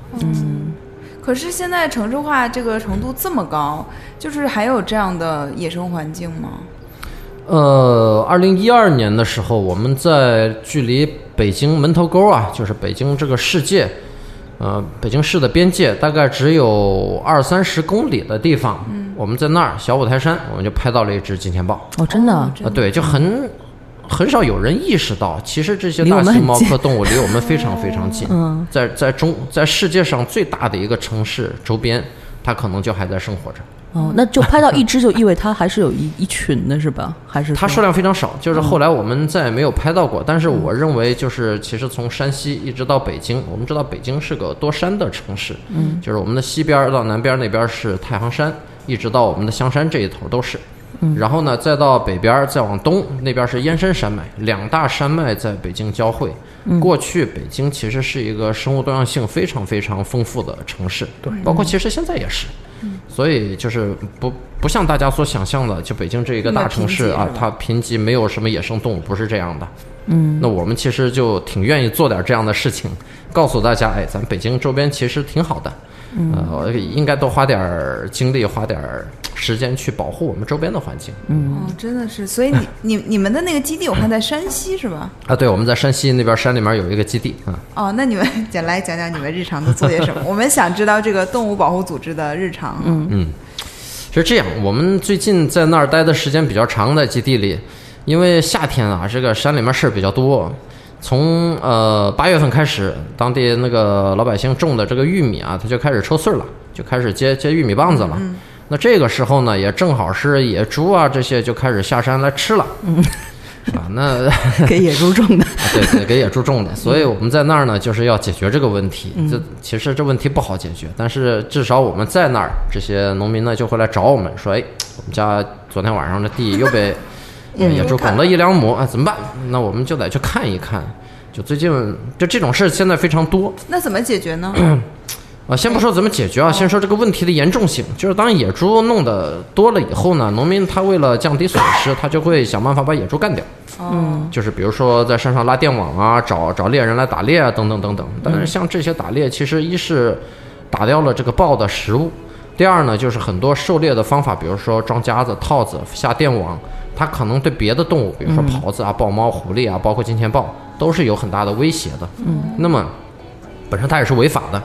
C: 可是现在城市化这个程度这么高，就是还有这样的野生环境吗？
D: 呃，二零一二年的时候，我们在距离北京门头沟啊，就是北京这个世界，呃，北京市的边界大概只有二三十公里的地方，
B: 嗯
D: 我们在那儿小五台山，我们就拍到了一只金钱豹。
B: 哦，真的啊，
D: 啊，对，就很很少有人意识到，其实这些
B: 离我
D: 大
B: 们
D: 型
B: 很
D: 猫
B: 近
D: 科动物离我们非常非常 近。嗯，在在中在世界上最大的一个城市周边，它可能就还在生活着。
B: 哦，那就拍到一只就意味它还是有一一群的是吧？还是
D: 它数量非常少，就是后来我们再也没有拍到过。但是我认为，就是其实从山西一直到北京，我们知道北京是个多山的城市，嗯，就是我们的西边儿到南边儿那边儿是太行山，一直到我们的香山这一头都是。然后呢，再到北边儿，再往东那边儿是燕山山脉，两大山脉在北京交汇。过去北京其实是一个生物多样性非常非常丰富的城市，对，嗯包括其实现在也是。所以就是不不像大家所想象的，就北京这一个大城市啊，它贫瘠，没有什么野生动物，不是这样的。嗯，那我们其实就挺愿意做点这样的事情，告诉大家，哎，咱北京周边其实挺好的，嗯、呃，应该多花点儿精力，花点儿时间去保护我们周边的环境。
C: 哦，真的是，所以你你你们的那个基地我看在山西是吧？
D: 啊，对，我们在山西那边山里面有一个基地啊，
C: 哦，那你们讲来讲讲你们日常都做些什么？我们想知道这个动物保护组织的日常。嗯，
D: 是这样，我们最近在那儿待的时间比较长，在基地里，因为夏天啊，这个山里面事儿比较多。从呃八月份开始，当地那个老百姓种的这个玉米啊，它就开始抽穗儿了，就开始接接玉米棒子了。那这个时候呢，也正好是野猪啊这些就开始下山来吃了。嗯，啊，那
B: 给野猪种的？
D: 对啊对，给野猪种 的，所以我们在那儿呢，就是要解决这个问题。这其实这问题不好解决，但是至少我们在那儿，这些农民呢就会来找我们说：“哎，我们家昨天晚上的地 又被呃野猪拱了一两亩，啊，怎么办？”那我们就得去看一看。就最近就这种事现在非常多，
C: 那怎么解决呢？哦
D: 啊，先不说怎么解决啊，先说这个问题的严重性。就是当野猪弄得多了以后呢，农民他为了降低损失，他就会想办法把野猪干掉。
C: 哦
D: 嗯，就是比如说在山上拉电网啊，找找猎人来打嗯猎啊，等等等等。但是像这些打猎，其实一是打掉了这个豹的食物，第二呢，就是很多狩猎的方法，比如说装夹子、套子、下电网，它可能对别的动物，比如说狍子啊、豹猫、狐狸啊，包括金钱豹，都是有很大的威胁的。嗯，那么本身它也是违法的。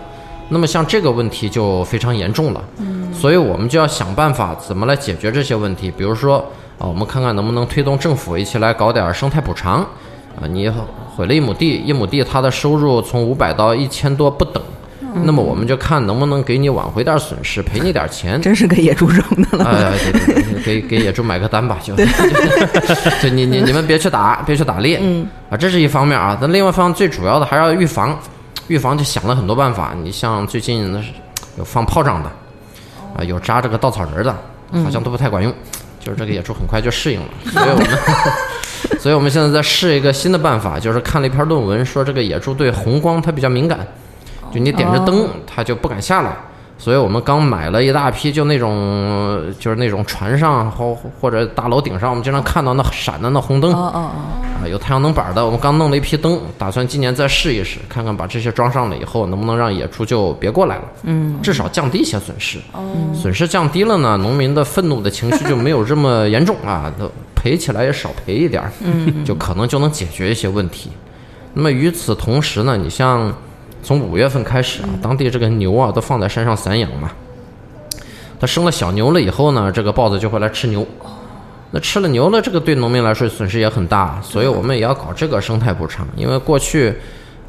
D: 那么像这个问题就非常严重了，嗯，所以我们就要想办法怎么来解决这些问题。比如说啊，我们看看能不能推动政府一起来搞点生态补偿，啊，你毁了一亩地，一亩地它的收入从五百到一千多不等，
B: 嗯
D: 那么我们就看能不能给你挽回点损失，赔你点钱。
B: 真是给野猪扔的了。
D: 哎，对对对，给给野猪买个单吧，就 就你你你们别去打，别去打猎，啊，这是一方面啊。但另外一方最主要的还要预防，预防就想了很多办法。你像最近有放炮仗的，啊，有扎这个稻草人的，好像都不太管用，就是这个野猪很快就适应了，所以我们。所以我们 现在在试一个新的办法，就是看了一篇论文，说这个野猪对红光它比较敏感，就你点着
B: 哦
D: 灯它就不敢下来。所以我们刚买了一大批，就那种就是那种船上或或者大楼顶上，我们经常看到那闪的那红灯
B: 哦
D: 啊，
B: 哦哦，
D: 有太阳能板的。我们刚弄了一批灯，打算今年再试一试，看看把这些装上了以后，能不能让野猪就别过来了。嗯，至少降低一些损失。
B: 哦
D: 损失降低了呢，农民的愤怒的情绪就没有这么严重啊，都赔起来也少赔一点儿，
B: 嗯
D: 就可能就能解决一些问题。那么与此同时呢，你像从五月份开始啊，当地这个牛啊都放在山上散养嘛，它生了小牛了以后呢，这个豹子就会来吃牛。那吃了牛了，这个对农民来说损失也很大，所以我们也要搞这个生态补偿。因为过去，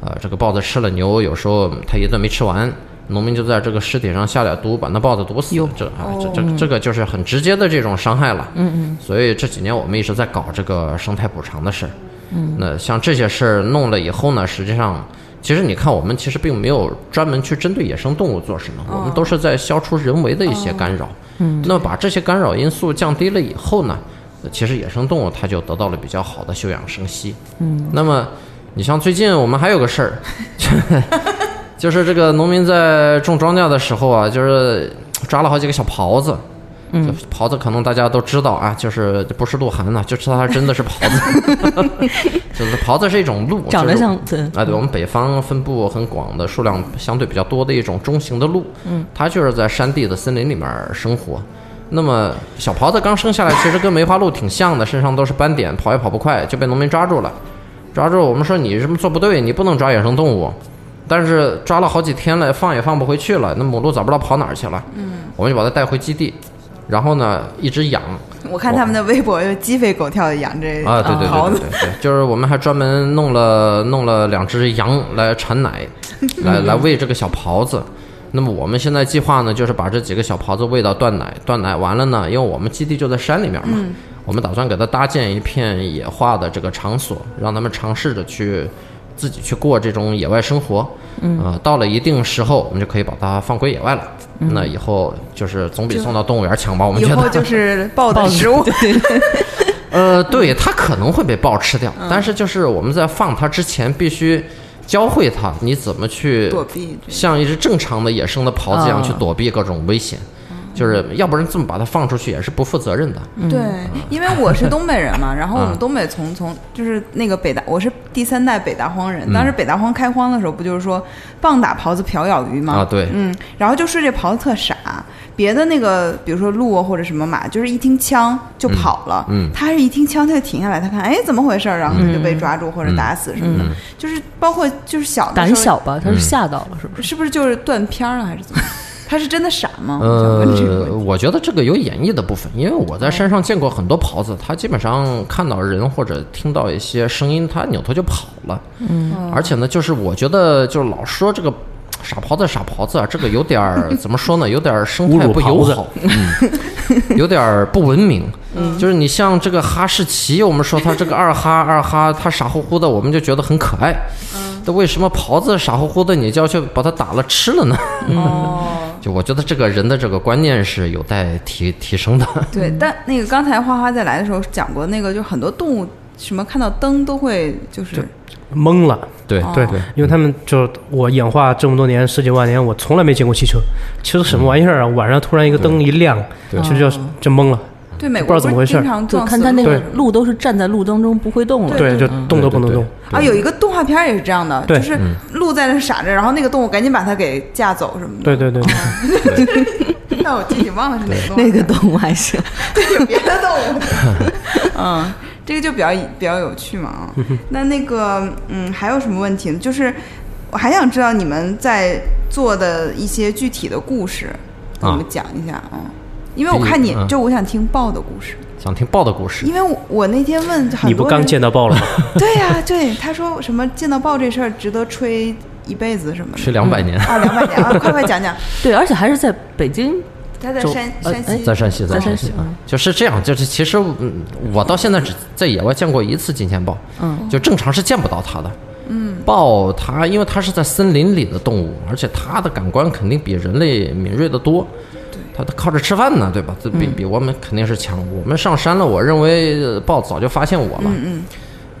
D: 呃，这个豹子吃了牛，有时候它一顿没吃完，农民就在这个尸体上下点毒，把那豹子毒死。这啊，这这这个就是很直接的这种伤害了。嗯嗯。所以这几年我们一直在搞这个生态补偿的事儿。嗯。那像这些事儿弄了以后呢，实际上。其实你看，我们其实并没有专门去针对野生动物做什么，
B: 哦
D: 我们都是在消除人为的一些干扰。嗯，那么把这些干扰因素降低了以后呢，呃其实野生动物它就得到了比较好的休养生息。嗯，那么你像最近我们还有个 事儿，就是这个农民在种庄稼的时候啊，就是抓了好几个小狍子。嗯，狍子可能大家都知道啊，就是不是鹿晗呐、就知道它真的是狍子。 就是狍子是一种鹿，
B: 长得
D: 就是
B: 像对
D: 啊，对我们北方分布很广的、数量相对比较多的一种中型的鹿，嗯，它就是在山地的森林里面生活。那么小狍子刚生下来，其实跟梅花鹿挺像的，身上都是斑点，跑也跑不快，就被农民抓住了。抓住我们说你什么做不对，你不能抓野生动物。但是抓了好几天了，放也放不回去了，那母鹿早不知道跑哪儿去了。嗯，我们就把它带回基地，然后呢一直养，
B: 嗯
C: 我看他们的微博就鸡飞狗跳的养这
D: 啊，对对
C: 狍
D: 对
C: 子
D: 对，对对，就是我们还专门弄了弄了两只羊来产奶，来来喂这个小狍子。那么我们现在计划呢，就是把这几个小狍子喂到断奶，断奶完了呢，因为我们基地就在山里面嘛，我们打算给它搭建一片野化的这个场所，让他们尝试着去自己去过这种野外生活。嗯，呃，到了一定时候，我们就可以把它放归野外了。那以后就是总比送到动物园强吧？我们
C: 以
D: 觉得
C: 后就是豹的食物。
D: 呃，对，它可能会被豹吃掉，
C: 嗯
D: 但是就是我们在放它之前，必须教会它你怎么去
C: 躲避嗯这
D: 像一只正常的野生的狍子一样去躲避各种危险，就是
C: 嗯
D: 要不然这么把它放出去也是不负责任的。
B: 嗯
C: 对，因为我是东北人嘛，然后
D: 嗯
C: 我们东北从从就是那个北大，我是第三代北大荒人。当时
D: 嗯
C: 北大荒开荒的时候，不就是说棒打狍子，瓢舀鱼吗？
D: 啊对
C: 嗯，然后就说这狍子特傻，别的那个比如说鹿啊或者什么马，就是一听枪就跑了，
D: 嗯嗯嗯
C: 它是一听枪它就停下来，它看哎怎么回事儿，然后它就被抓住或者打死什么的，就是包括就是小的时
B: 胆
C: 候
B: 小
D: 嗯
B: 吧，他是吓到了，是不是？
C: 是不是就是断片儿了还是 怎么？他是真的傻吗？我想问这个问
D: 呃，
C: 题
D: 我觉得这个有演绎的部分，因为我在山上见过很多狍子，它基本上看到人或者听到一些声音，它扭头就跑了。嗯，而且呢，就是我觉得就是老说这个。傻狍子，傻狍子啊，这个有点儿怎么说呢？有点儿生态不友
E: 侮辱狍
D: 好， 嗯，有点儿不文明。
C: 嗯
D: 就是你像这个哈士奇，我们说它这个二哈二哈，它傻乎乎的，我们就觉得很可爱。
C: 嗯
D: 那为什么狍子傻乎乎的，你就要去把它打了吃了呢？
E: 嗯
C: 哦，
D: 就我觉得这个人的这个观念是有待提提升的。
C: 对，
B: 嗯
C: 但那个刚才花花在来的时候讲过，那个就很多动物什么看到灯都会就是
E: 懵了。
D: 对
E: 对，因为他们就我演化这么多年十几万年，我从来没见过汽车，汽车什么玩意儿啊？晚上突然一个灯一亮，
D: 对
E: 其实就就懵了。
C: 对美
E: 不知
C: 国
E: 道怎么回事
C: 不是经常
B: 就
C: 撞
B: 看
C: 死
B: 他那个
C: 路人
B: 鹿都是站在路灯中不会动了。
E: 对，就动都
D: 对
E: 不能
D: 对
E: 动。
C: 啊，有一个动画片儿也是这样的，
E: 对嗯
C: 就是鹿在那傻着，然后那个动物赶紧把它给架走什么的。
E: 对对对，对
C: 但我具体忘了是哪个
B: 那个
C: 动物
B: 动物还行。
C: 对，有别的动物。 嗯，这个就比较比较有趣嘛啊。那那个，嗯，还有什么问题呢？就是我还想知道你们在做的一些具体的故事，给我们
D: 啊
C: 讲一下啊。因为我
D: 比
C: 看你，
D: 嗯
C: 就我想听豹的故事，
D: 想听豹的故事
C: 因为我我那天问很多人，
E: 你不刚见到豹了吗？
C: 对呀、对，他说什么见到豹这事儿值得吹一辈子什么
D: 是
C: 的
D: 两百年，
C: 啊，两百年啊，快快讲讲，
B: 对，而且还是在北京。
C: 他在
B: 就
C: 山
B: 呃
C: 山
B: 哎
E: 嗯
C: 西，
D: 在山西，
B: 在
D: 山
B: 山西
D: 啊就是这样，就是其实嗯，我到现在只在野外见过一次金钱豹，
B: 嗯，
D: 就正常是见不到它的。嗯，豹它因为它是在森林里的动物，而且它的感官肯定比人类敏锐的多。它它靠着吃饭呢，对吧？这比比我们肯定是强。我们上山了，我认为呃豹早就发现我了。嗯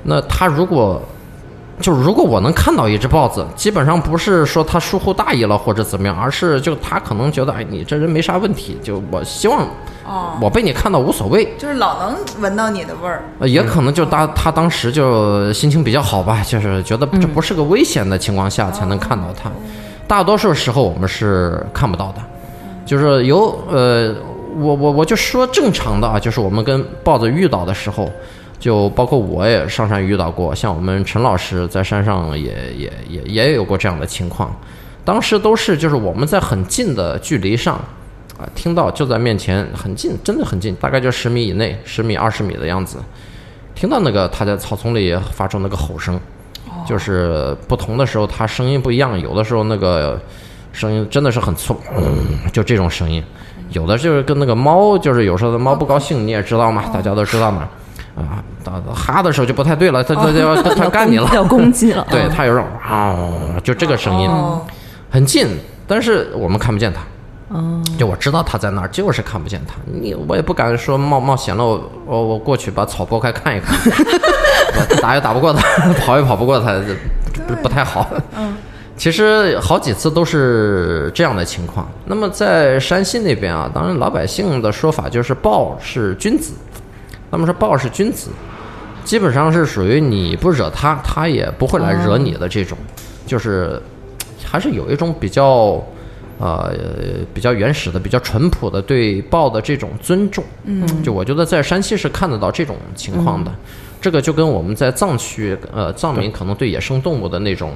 D: 那它如果就是如果我能看到一只豹子，基本上不是说它疏忽大意了或者怎么样，而是就它可能觉得哎你这人没啥问题，就我希望
C: 哦，
D: 我被你看到无所谓，
C: 就是老能闻到你的味儿，
D: 呃也可能就当他当时就心情比较好吧，就是觉得这不是个危险的情况下才能看到他。大多数时候我们是看不到的，就是有呃，我我我就说正常的啊，就是我们跟豹子遇到的时候，就包括我也上山遇到过，像我们陈老师在山上也也也也有过这样的情况。当时都是就是我们在很近的距离上，啊，听到就在面前，很近，真的很近，大概就十米以内，十米二十米的样子，听到那个它在草丛里发出那个吼声，就是不同的时候它声音不一样，有的时候那个声音真的是很粗，嗯就这种声音，有的就是跟那个猫，就是有时候猫不高兴，你也知道嘛，大家都知道嘛。啊，打哈的时候就不太对了，它它它它它干你了，。
B: 要攻击了 嗯
D: 对，它有种啊，就这个声音，
C: 哦，
D: 很近，但是我们看不见它。就我知道它在那儿，就是看不见它。你我也不敢说冒冒险了，我我我过去把草拨开看一看， 我打也打不过它， 跑也跑不过它，这不不太好。嗯，其实好几次都是这样的情况。那么在山西那边啊，当然老百姓的说法就是豹是君子，他们说豹是君子，基本上是属于你不惹它，它也不会来惹你的这种，
B: 哦
D: 就是还是有一种比较呃比较原始的、比较淳朴的对豹的这种尊重。嗯，就我觉得在山西是看得到这种情况的，
B: 嗯
D: 这个就跟我们在藏区呃藏民可能对野生动物的那种。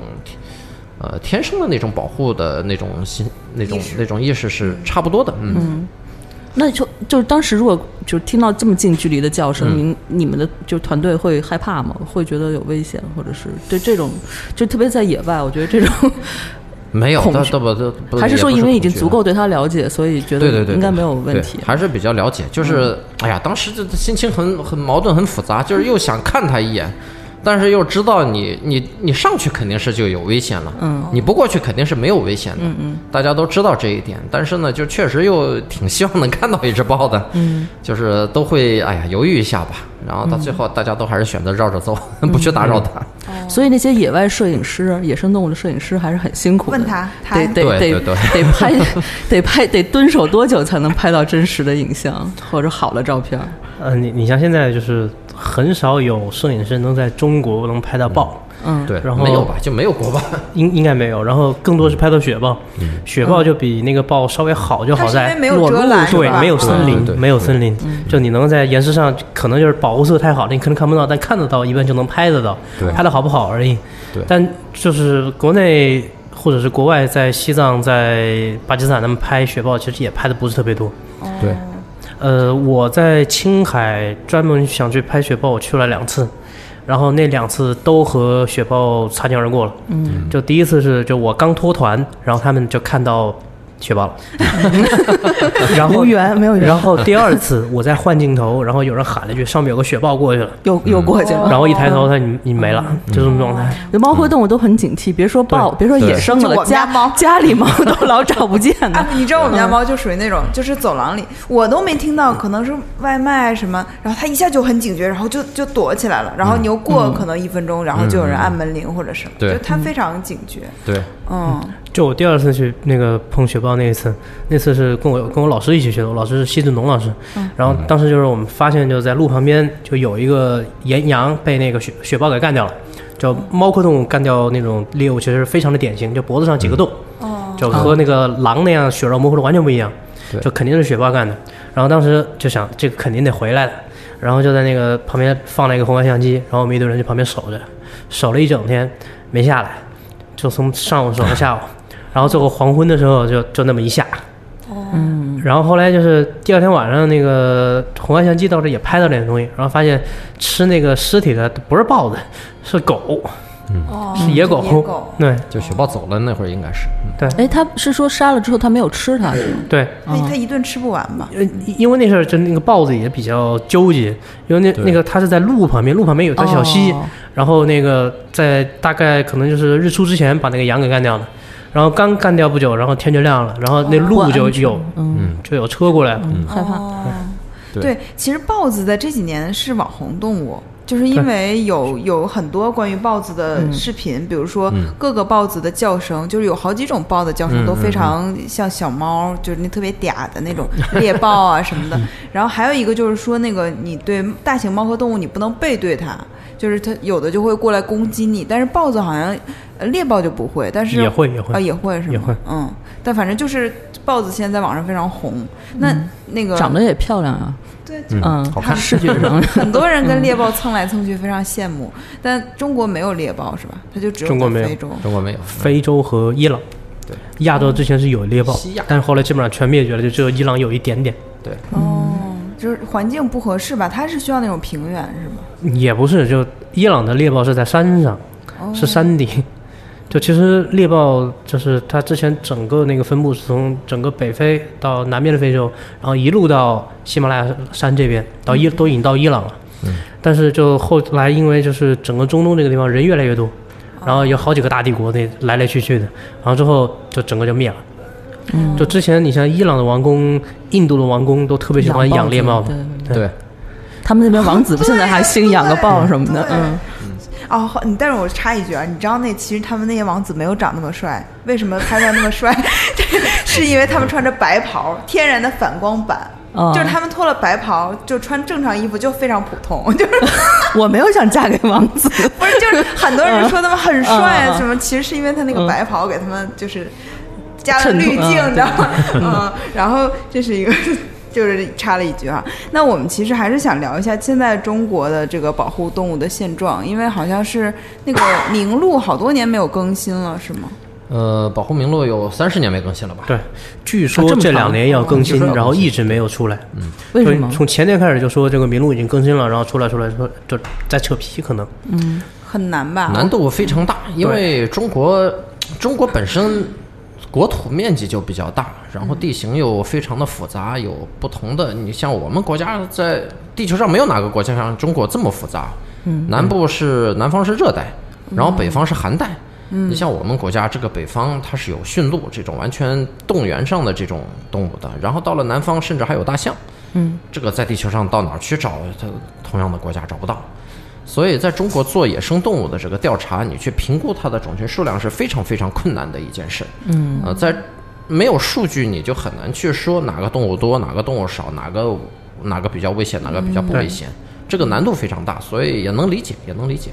D: 呃，天生的那种保护的那种心、那种
C: 意识
D: 那种意识是差不多的，嗯，
B: 那就就是当时如果就听到这么近距离的叫
D: 嗯
B: 声，您你们的就团队会害怕吗？会觉得有危险，或者是对这种就特别在野外，我觉得这 种
D: 没有，
B: 恐
D: 但
B: 惧
D: 但不都不
B: 还是
D: 也
B: 说
D: 不
B: 因为已经
D: 恐惧
B: 足
D: 啊
B: 够对他了解，所以觉得
D: 对对对，
B: 应该
D: 对
B: 没有问
D: 对
B: 题。嗯
D: 还是比较了解。就是、哎呀，当时这这心情很很矛盾，很复杂，就是又想看他一眼。但是又知道你你你上去肯定是就有危险了，嗯，你不过去肯定是没有危险的，嗯嗯，大家都知道这一点。但是呢，就确实又挺希望能看到一只豹的，嗯，就是都会哎呀犹豫一下吧。然后
B: 嗯
D: 到最后，大家都还是选择绕着走， 不去打扰它。
B: 嗯所以那些野外摄影师、野生动物的摄影师还是很辛苦的。
C: 问他他
B: 得得
D: 对
B: 得
D: 对
B: 得拍， 得拍得蹲守多久才能拍到真实的影像或者好的照片？
E: 呃，你你像现在就是很少有摄影师能在中国能拍到豹，
B: 嗯，
D: 对，
E: 然后
D: 没有吧，就没有国吧，
E: 应应该没有，然后更多是
D: 嗯
E: 拍到雪豹，雪豹就比那个豹稍微好，就
C: 嗯它
E: 好
C: 是因为
E: 在。
C: 没有
B: 裸
C: 遮
B: 露
C: 拦，
E: 对
C: 是，吧嗯
E: 没有森
D: 对对
E: 林，
D: 对
E: 没有森林，就你能在岩石上，可能就是保护色太好了，你可能看不到，但看得到，一般就能拍得到
D: 对，
E: 拍的好不好而已。
D: 对
E: 但就是国内或者是国外，在西藏、在巴基斯坦，他们拍雪豹其实也拍的不是特别多。
B: 哦
D: 对，
E: 呃，我在青海专门想去拍雪豹，我去了两次，然后那两次都和雪豹擦肩而过了。嗯，就第一次是就我刚脱团，然后他们就看到 雪豹了， 然后
B: 无缘没有缘
E: 然后第二次我在换镜头，然后有人喊了一句：“上面有个雪豹过去了。”
B: 又又过去了。
E: 然后一抬
B: 哦
E: 头，他你你没了，就这种状态。
B: 就猫科动物都很警惕，别说豹，别说野生的
C: 就我
B: 了，
C: 们家
B: 家
C: 猫
B: 家里猫都老找不见
C: 啊
E: 嗯
B: 的。，
C: 你知道我们家猫就属于那种，就是走廊里我都没听到，可能是外卖什么，然后它一下就很警觉，然后就就躲起来了，然后你又
E: 嗯
C: 过可能一分钟，然后就有人按门铃或者什么，
D: 对
C: 就它非常警觉，
D: 对，
C: 嗯，
E: 就我第二次去那个碰雪豹那一次，那次是跟我跟我老师一起去的，我老师是西志农老师。然后当时就是我们发现，就在路旁边就有一个岩羊被那个雪雪豹给干掉了，就猫科动物干掉那种猎物，其实非常的典型，就脖子上几个洞，就和那个狼那样血肉模糊的完全不一样
D: 对，
E: 就肯定是雪豹干的。然后当时就想，这个肯定得回来了，然后就在那个旁边放了一个红外相机，然后我们一堆人就旁边守着，守了一整天没下来，就从上午守到下午，然后最后黄昏的时候就就那么一下，嗯，然后后来就是第二天晚上那个红外相机倒是也拍到点东西，然后发现吃那个尸体的不是豹子，是狗，
C: 哦
E: 嗯是野狗，
C: 野狗
E: 对
D: 就雪豹走了那会儿应该是，嗯
B: 哎，他是说杀了之后他没有吃它，是吗
E: 对，
C: 他他一顿吃不完嘛，
E: 呃，因为那事儿就那个豹子也比较纠结，因为那
D: 对
E: 那个它是在路旁边，路旁边有条小溪，
B: 哦
E: 然后那个在大概可能就是日出之前把那个羊给干掉了，然后刚干掉不久，然后天就亮了，然后那路就有、
B: 嗯，
E: 就有车过来了，
B: 害怕。
D: 对
C: 对，其实豹子在这几年是网红动物，就是因为有有很多关于豹子
D: 嗯
C: 的视频，比如说各个豹子的叫声，就是有好几种豹的叫声
D: 嗯
C: 都非常像小猫，就是那特别嗲的那种猎豹 啊什么的。然后还有一个就是说，那个你对大型猫科动物你不能背对它，就是它有的就会过来攻击你，但是豹子好像呃猎豹就不会，但是
E: 也会也会
D: 呃
C: 啊也会是吗？
E: 也会
C: 嗯，但反正就是豹子现在在网上非常红，
E: 嗯
C: 那那个
B: 长得也漂亮啊，
C: 对。
B: 嗯，
D: 好看
B: 视觉 上
C: 很多人
E: 嗯
C: 跟猎豹蹭来蹭去，非常羡慕。但中国没有猎豹是吧？它就只有
E: 中国
C: 在
E: 没有
C: 非
B: 嗯
C: 洲。
D: 中国没有。
E: 非洲和伊朗。
D: 对，
E: 亚洲之前是有猎豹
D: 西亚，
E: 但是后来基本上全灭绝了，就只有伊朗有一点点。
D: 对，
C: 哦，就是环境不合适吧？它是需要那种平原是吗？
E: 也不是，就伊朗的猎豹是在山上，
C: 哦
E: 是山地。 就其实猎豹就是它之前整个那个分布是从整个北非到南边的非洲，然后一路到喜马拉雅山这边，到
B: 嗯
E: 伊都引到伊朗了。但是就后来因为就是整个中东这个地方人越来越多，然
B: 哦
E: 后有好几个大帝国那来来去去的，然后之后就整个就灭了。
B: 嗯
E: 就之前你像伊朗的王公、印度的王公都特别喜欢养猎
B: 豹
E: 豹
B: 子
E: 嘛，
B: 对
D: 对，
B: 他们那边王子不现在还兴养个豹什么的，嗯，
C: 哦，好你但是我插一句啊，你知道那其实他们那些王子没有长那么帅，为什么拍照那么帅？ 是因为他们穿着白袍，天然的反光板。
B: 哦
C: 就是他们脱了白袍，就穿正常衣服就非常普通，就是
B: 我没有想嫁给王子，
C: 不是就是很多人说他们很帅
B: 嗯嗯
C: 啊
B: 嗯
C: 什么，其实是因为他那个白袍给他们就是加了
B: 衬托
C: 滤镜，
B: 嗯
C: 你知道 吗？嗯，然后这是一个。 就是插了一句哈，那我们其实还是想聊一下现在中国的这个保护动物的现状，因为好像是那个名录好多年没有更新了，是吗？
D: 呃，保护名录有三十年没更新了吧？
E: 对，据
B: 啊
E: 说
B: 这么
E: 这两
B: 长
E: 年要更
D: 据
E: 新
D: 说要，
E: 然后
D: 更新
E: 一直没有出来。嗯，
B: 为什么？
E: 从前年开始就说这个名录已经更新了，然后出来出来说就在扯皮，可能
C: 很难吧？
D: 难度非常大，因为中国中国本身国土面积就比较大，然后地形又非常的复杂，有不同的。你像我们国家在地球上没有哪个国家像中国这么复杂，南部是南方是热带，然后北方是寒带。你像我们国家这个北方，它是有驯鹿这种完全动物园上的这种动物的，然后到了南方，甚至还有大象。嗯，这个在地球上到哪儿去找？它同样的国家找不到。所以在中国做野生动物的这个调查，你去评估它的种群数量是非常非常困难的一件事。嗯，呃，在没有数据，你就很难去说哪个动物多，哪个动物少，哪个哪个比较危险，哪个比较不危险。这个难度非常大，所以也能理解，也能理解。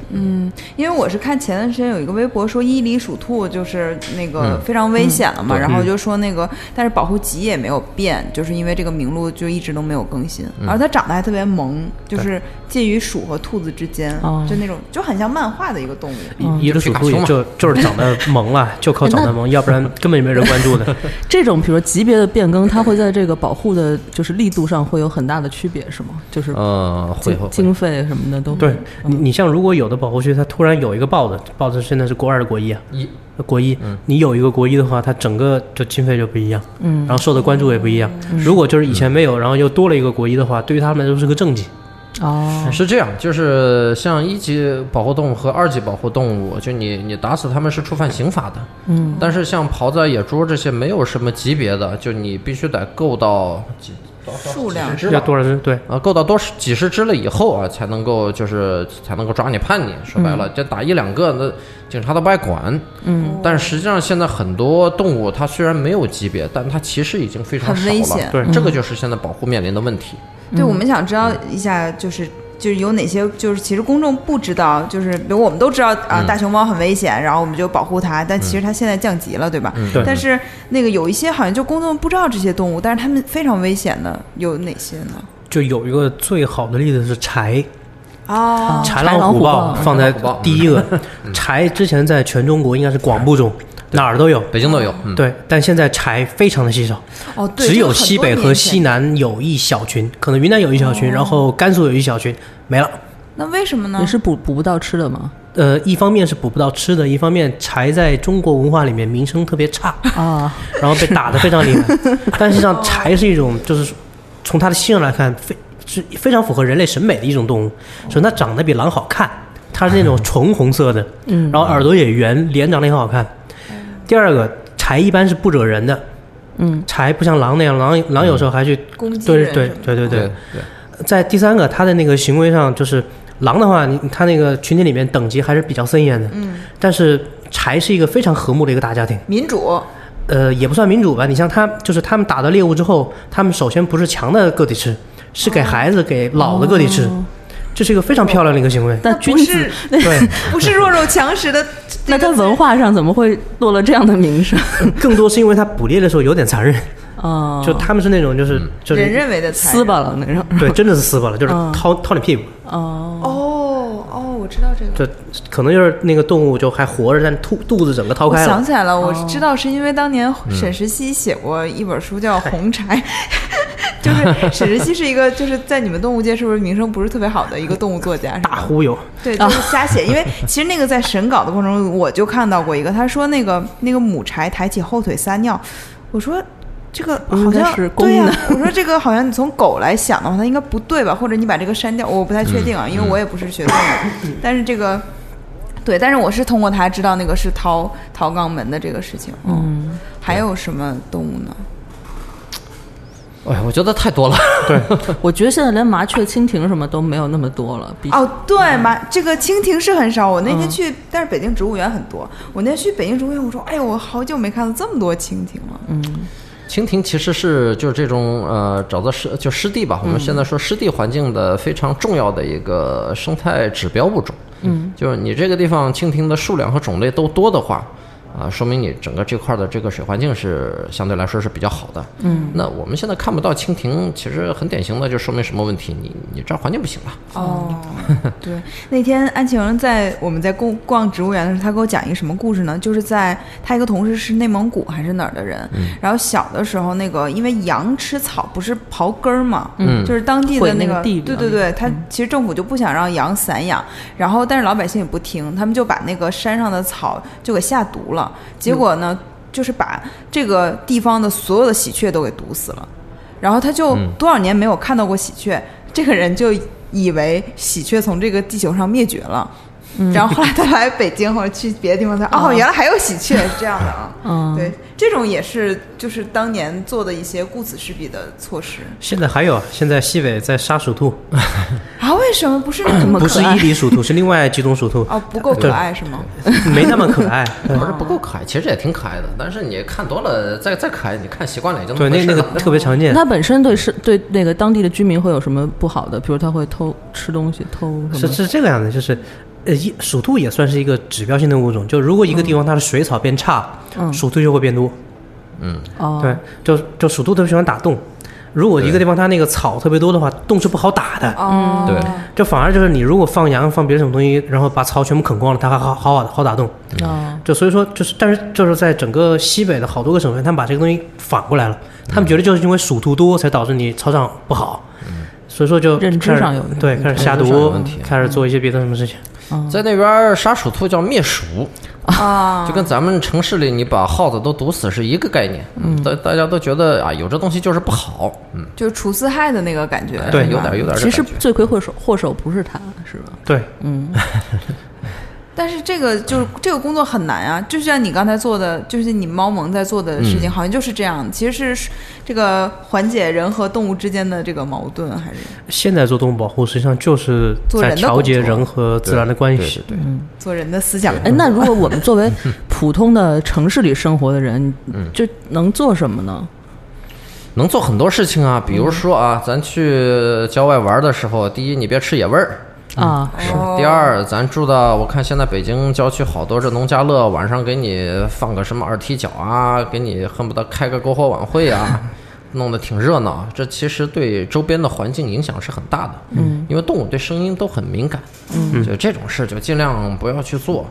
C: 因为我是看前段时间有一个微博说伊犁鼠兔就是那个非常危险了嘛，然后就说那个，但是保护级也没有变，就是因为这个名录就一直都没有更新，而它长得还特别萌，就是介于鼠和兔子之间
B: 哦，
C: 就那种就很像漫画的一个动物。
E: 一个
D: 皮
E: 鼠
D: 卡
E: 兔
D: 丘
E: 也
D: 嘛
E: 就就是长得萌了，就
B: 哎
E: 靠长得萌，要不然根本就没人关 注的。
B: 这种比如说级别的变更，它会在这个保护的，就是力度上会有很大的区别，是吗？就是
D: 呃，会
B: 经
D: 会会
B: 经费什么的都
E: 对你，你像如果有的保护区它突然有一个豹子，豹子现在是国二的国一啊，
D: 一嗯
E: 国一，你有一个国一的话，它整个就经费就不一样，嗯，然后受的关注也不一样。
B: 嗯
E: 如果就是以前没有，然后又多了一个国一的话，对于他们来说是个政绩。
B: 哦，
D: 是这样，就是像一级保护动物和二级保护动物，就你你打死它们是触犯刑法的。啊嗯，但是像狍子、野猪这些没有什么级别的，就你必须得够到几
C: 数量
D: 只
E: 要多少只？对，
D: 啊，够到多十几十只了以后啊，才能够就是才能够抓你判你。说白
C: 嗯
D: 了，这打一两个，那警察都不爱管。嗯，但实际上现在很多动物，它虽然没有级别，但它其实已经非常
C: 很
D: 少
C: 危
D: 了
C: 险。嗯
E: 对
D: 这个就是现在保护面临的问题。
C: 对，我
B: 嗯
C: 们想知道一下，就是就是有哪些，就是其实公众不知道，就是比如我们都知道啊，
E: 嗯
C: 大熊猫很危险，然后我们就保护它，但其实它现在降级了，对吧？
E: 对
C: 但是那个有一些好像就公众不知道这些动物，但是它们非常危险的有哪些呢？
E: 就有一个最好的例子是柴，
C: 啊，
E: 豺
B: 豺狼
E: 狼
B: 虎
E: 豹
B: 豹
E: 放在
D: 豺狼虎豹嗯
E: 第一个。豺之前在全中国应该是广布种，哪儿都有。
D: 北京都有，嗯，
E: 对，但现在豺非常的稀少，
C: 哦，对，
E: 只
C: 这个
E: 有
C: 很
E: 西
C: 多
E: 北
C: 年
E: 和
C: 前哦
E: 西。南有一小群，可能云南有一小群，然后甘肃有一小群，没了。
C: 那为什么呢
B: 也？是补补不到吃的嘛。
E: 呃，一方面是捕不到吃的，一方面柴在中国文化里面名声特别差，
B: 啊，
E: 然后被打得非常厉害。但实际
C: 哦
E: 上，柴是一种就是从它的性上来看，非是非常符合人类审美的一种动物。首先，它长得比狼好看，它是那种纯红色的，
B: 嗯
E: 然后耳朵也圆，脸长得也很好看。
C: 嗯
E: 第二个，柴一般是不惹人的，
B: 嗯，
E: 柴不像狼那样，狼狼有时候还去
C: 嗯攻击
E: 对
C: 人
E: 对
C: 什么
E: 对对对
D: 对。对，
E: 在第三个，它的那个行为上，就是狼的话，你它那个群体里面等级还是比较森严的。嗯，但是柴是一个非常和睦的一个大家庭，
C: 民主
E: 呃，也不算民主吧。你像它，就是他们打到猎物之后，他们首先不是强的个体吃，是给孩子、给老的个体吃，
C: 哦
E: 这是一个非常漂亮的一个行为。
B: 但
C: 不
B: 君子
C: 是
E: 对，
C: 不是弱肉强食的这
B: 那
C: 个
B: 他文化上怎么会落了这样的名 声？
E: 更多是因为它捕猎的时候有点残忍，
B: 啊，
E: 就他们是那种就是就
C: 人
E: 是
C: 认为的残
B: 撕
C: 忍
B: 巴了那种。
E: 对，真的是撕巴了，就是
B: 嗯
E: 掏掏你屁股，
B: 哦，
C: 哦哦，我知道这个。
E: 就可能就是那个动物就还活着，但肚肚子整个掏
C: 我
E: 开
C: 想
E: 了。嗯
C: 起来了，我知道是因为当年沈石溪写过一本书叫《红柴》， 就是沈石溪是一个就是在你们动物界是不是名声不是特别好的一个动物作家？是吧
E: 大忽悠，
C: 对，
B: 啊
C: 就是瞎写。因为其实那个在审稿的过程中，我就看到过一个，他说那个那个母柴抬起后腿撒尿，我说。这个好
B: 应该
C: 像
B: 是公
C: 对呀、啊
B: 的
C: 我说这个好像你从狗来想的话，它应该不对吧？或者你把这个删掉，我不太确定
B: 嗯
C: 啊，因为我也不是学动物。 但是这个，对，但是我是通过他知道那个是掏掏肛门的这个事情。嗯，还有什么动物呢？
D: 哎，我觉得太多了。
B: 我觉得现在连麻雀、蜻蜓什么都没有那么多了。比
C: 哦，对嘛，这个蜻蜓是很少。我那天去，但是北京植物园很多。我那天去北京植物园，我说，哎呦，我好久没看到这么多蜻蜓了。
D: 蜻蜓其实是就是这种呃沼泽湿就湿地吧，我们现在说湿地环境的非常重要的一个生态指标物种。嗯，就是你这个地方蜻蜓的数量和种类都多的话，啊、说明你整个这块的这个水环境是相对来说是比较好的。嗯，那我们现在看不到蜻蜓，其实很典型的就说明什么问题？你你这儿环境不行了。
C: 哦，对，那天安晴在我们在逛逛植物园的时候，她给我讲一个什么故事呢？就是在她一个同事是内蒙古还是哪儿的人，
B: 嗯
C: 然后小的时候那个因为羊吃草不是刨根儿嘛，
D: 嗯
C: 就是当地
B: 毁
C: 的
B: 那
C: 个
B: 个嗯地
C: 对
B: 表
C: 对对，他其实政府就不想让羊散养，然后但是老百姓也不听，他们就把那个山上的草就给下毒了，
B: 嗯
C: 结果呢，就是把这个地方的所有的喜鹊都给毒死了。然后他就
E: 嗯
C: 多少年没有看到过喜鹊，这个人就以为喜鹊从这个地球上灭绝了。然后后来他来北京或者去别的地方，他哦，原来还有喜鹊是这样的 啊。
B: 嗯
C: 对，这种也是就是当年做的一些顾此失彼的措施
E: 现在还有，啊，现在西北在杀鼠兔，
C: 啊。为什么不是那么
E: 不
C: 可
E: 是
C: 爱
E: 伊？犁鼠兔，是另外几种鼠兔，
C: 哦，不够可爱是吗？
E: 没那么可 爱。对
D: 不是不够可爱，其实也挺可爱的，但是你看多了，再再可爱，你看习惯了也就
E: 对，
D: 么回
E: 那
D: 事
E: 那个
D: 了
E: 特别常见。
B: 它本身对是对那个当地的居民会有什么不好的？比如它会偷吃东西，偷什
E: 是
B: 么？
E: 是这个样子，就是，呃，一鼠兔也算是一个指标性的物种。就如果一个地方它的水草变差，
B: 嗯
E: 鼠兔就会变多。
B: 哦，
E: 对，，就就鼠兔特别喜欢打洞。如果一个
D: 对
E: 地方它那个草特别多的话，洞是不好打的。
C: 哦，
D: 对
E: 就反而就是你如果放羊放别的什么东西，然后把草全部啃光了，它还好好好好打洞。嗯
B: 哦，
E: 就所以说就是，但是就是在整个西北的好多个省份，他们把这个东西反过来了，
D: 嗯
E: 他们觉得就是因为鼠兔多才导致你草场不好，所以说就
B: 认知
E: 开始
B: 上有嗯
E: 对开始下
D: 嗯认知上有
E: 毒
D: 问题，
E: 开始做一些别的什么事情。
D: 在那边儿杀鼠兔叫灭鼠，
C: 啊
D: 就跟咱们城市里你把耗子都毒死是一个概念。嗯，大大家都觉得啊，有这东西就是不好。嗯，
C: 就是除四害的那个感觉，是
E: 对
C: 吧
D: 有点有点这
B: 其实
D: 感觉
B: 罪魁祸首祸首不是它，是吧？
E: 对，
B: 嗯，
C: 但是这个就是这个工作很难啊，就像你刚才做的，就是你猫萌在做的事情，
D: 嗯
C: 好像就是这样。其实是这个缓解人和动物之间的这个矛盾，还是
E: 现在做动物保护，实际上就是
C: 做人
E: 在
C: 的
E: 调节
C: 工作
E: 人和自然的关系。
D: 对
C: 做人的思想。
B: 哎，那如果我们作 为普通的城市里生活的人，就能做什么呢？
D: 能做很多事情啊，比如说啊，咱去郊外玩的时候，第一你别吃野味儿，
B: 啊，
C: 哦
D: 第，二，咱住的，我看现在北京郊区好多这农家乐，晚上给你放个什么二踢脚啊，给你恨不得开个篝火晚会 啊，弄得挺热闹。这其实对周边的环境影响是很大的，嗯，因为动物对声音都很敏感，嗯，就这种事就尽量不要去做。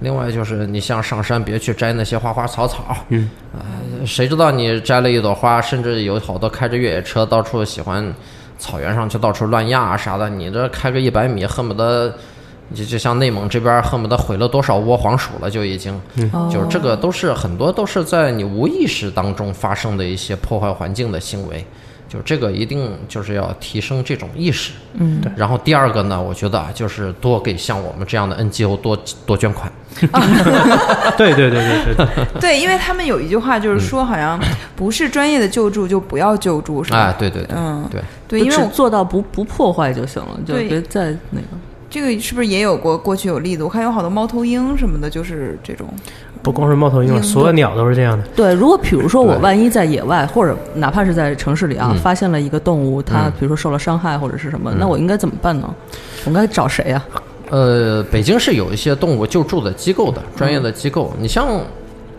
D: 另外就是，你像上山别去摘那些花花草草，嗯，呃，谁知道你摘了一朵花，甚至有好多开着越野车到处喜欢草原上去到处乱压啊啥的，你这开个一百米，恨不得就就像内蒙这边恨不得毁了多少窝黄鼠了，就已经，就是这个都是很多都是在你无意识当中发生的一些破坏环境的行为。就这个一定就是要提升这种意识，嗯，然后第二个呢，我觉得啊，就是多给像我们这样的 NGO 多多捐款，
E: 对对对对对 对，
C: 对，因为他们有一句话就是
D: 嗯
C: 说，好像不是专业的救助就不要救助，是吧？
D: 哎，对对对，
C: 嗯，
D: 对，
C: 对，
B: 就
C: 因为
B: 只
C: 我
B: 做到不不破坏就行了，就
C: 对
B: 别再那个。
C: 这个是不是也有过过去有例子？我看有好多猫头鹰什么的，就是这种。
E: 不光是猫头鹰
C: 鹰
E: 了，所有鸟都是这样的。
B: 对，如果比如说我
D: 对嗯
B: 万一在野外，或者哪怕是在城市里啊，发现了一个动物，它比如说受了伤害或者是什么，那我应该怎么办呢？我该找谁啊呀？
D: 呃，北京是有一些动物救助的机构的，专业的机构。你像，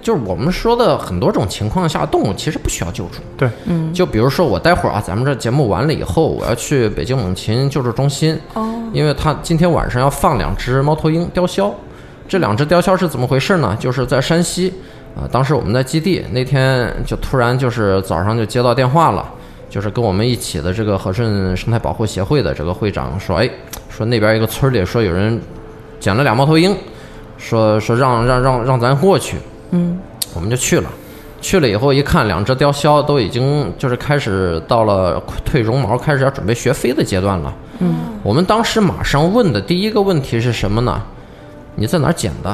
D: 就是我们说的很多种情况下，动物其实不需要救助。
E: 对，
D: 就比如说我待会儿啊，咱们这节目完了以后，我要去北京猛禽救助中心，哦，因为他今天晚上要放两只猫头鹰雕鸮，这两只雕鸮是怎么回事呢？就是在山西，啊、当时我们在基地那天就突然就是早上就接到电话了。就是跟我们一起的这个和顺生态保护协会的这个会长说，哎，说那边一个村里说有人捡了俩猫头鹰，说说让让让让咱过去，我们就去了。去了以后一看，两只雕鸮都已经就是开始到了退绒毛，开始要准备学飞的阶段了。嗯，我们当时马上问的第一个问题是什么呢？你在哪儿捡的？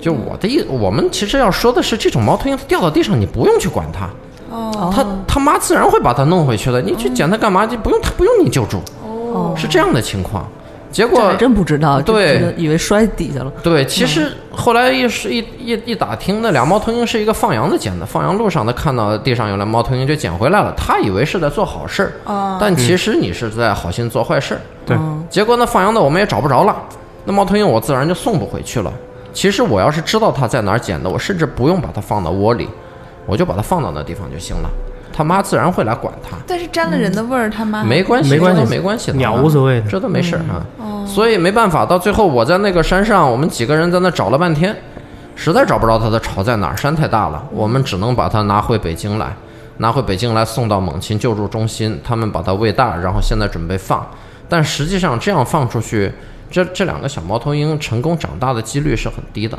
D: 就我的意，我们其实要说的是，这种猫头鹰它掉到地上，你不用去管它，
C: 哦
D: 它它妈自然会把它弄回去的。你去捡它干嘛？就不用它不用你救助，
C: 哦，
D: 是这样的情况。结
B: 这
D: 果
B: 还真不知道，就
D: 对
B: 觉得以为摔底下了。
D: 对，其实后来一是一一一打听，那俩猫头鹰是一个放羊的捡的，放羊路上的看到地上有辆猫头鹰就捡回来了，他以为是在做好事儿，但其实你是在好心做坏事儿。
E: 对，
D: 结果呢，放羊的我们也找不着了，那猫头鹰我自然就送不回去了。其实我要是知道它在哪儿捡的，我甚至不用把它放到窝里，我就把它放到那地方就行了，它妈自然会来管它。
C: 但是沾了人的味儿，他妈
D: 嗯没关系，
E: 没关系
D: 这都没关系的啊，
E: 鸟无所谓的
D: 这都没事儿啊。所以没办法，到最后我在那个山上，我们几个人在那找了半天，实在找不着它的巢在哪儿，山太大了，我们只能把它拿回北京来，拿回北京来送到猛禽救助中心，他们把它喂大，然后现在准备放。但实际上这样放出去，这这两个小猫头鹰成功长大的几率是很低的，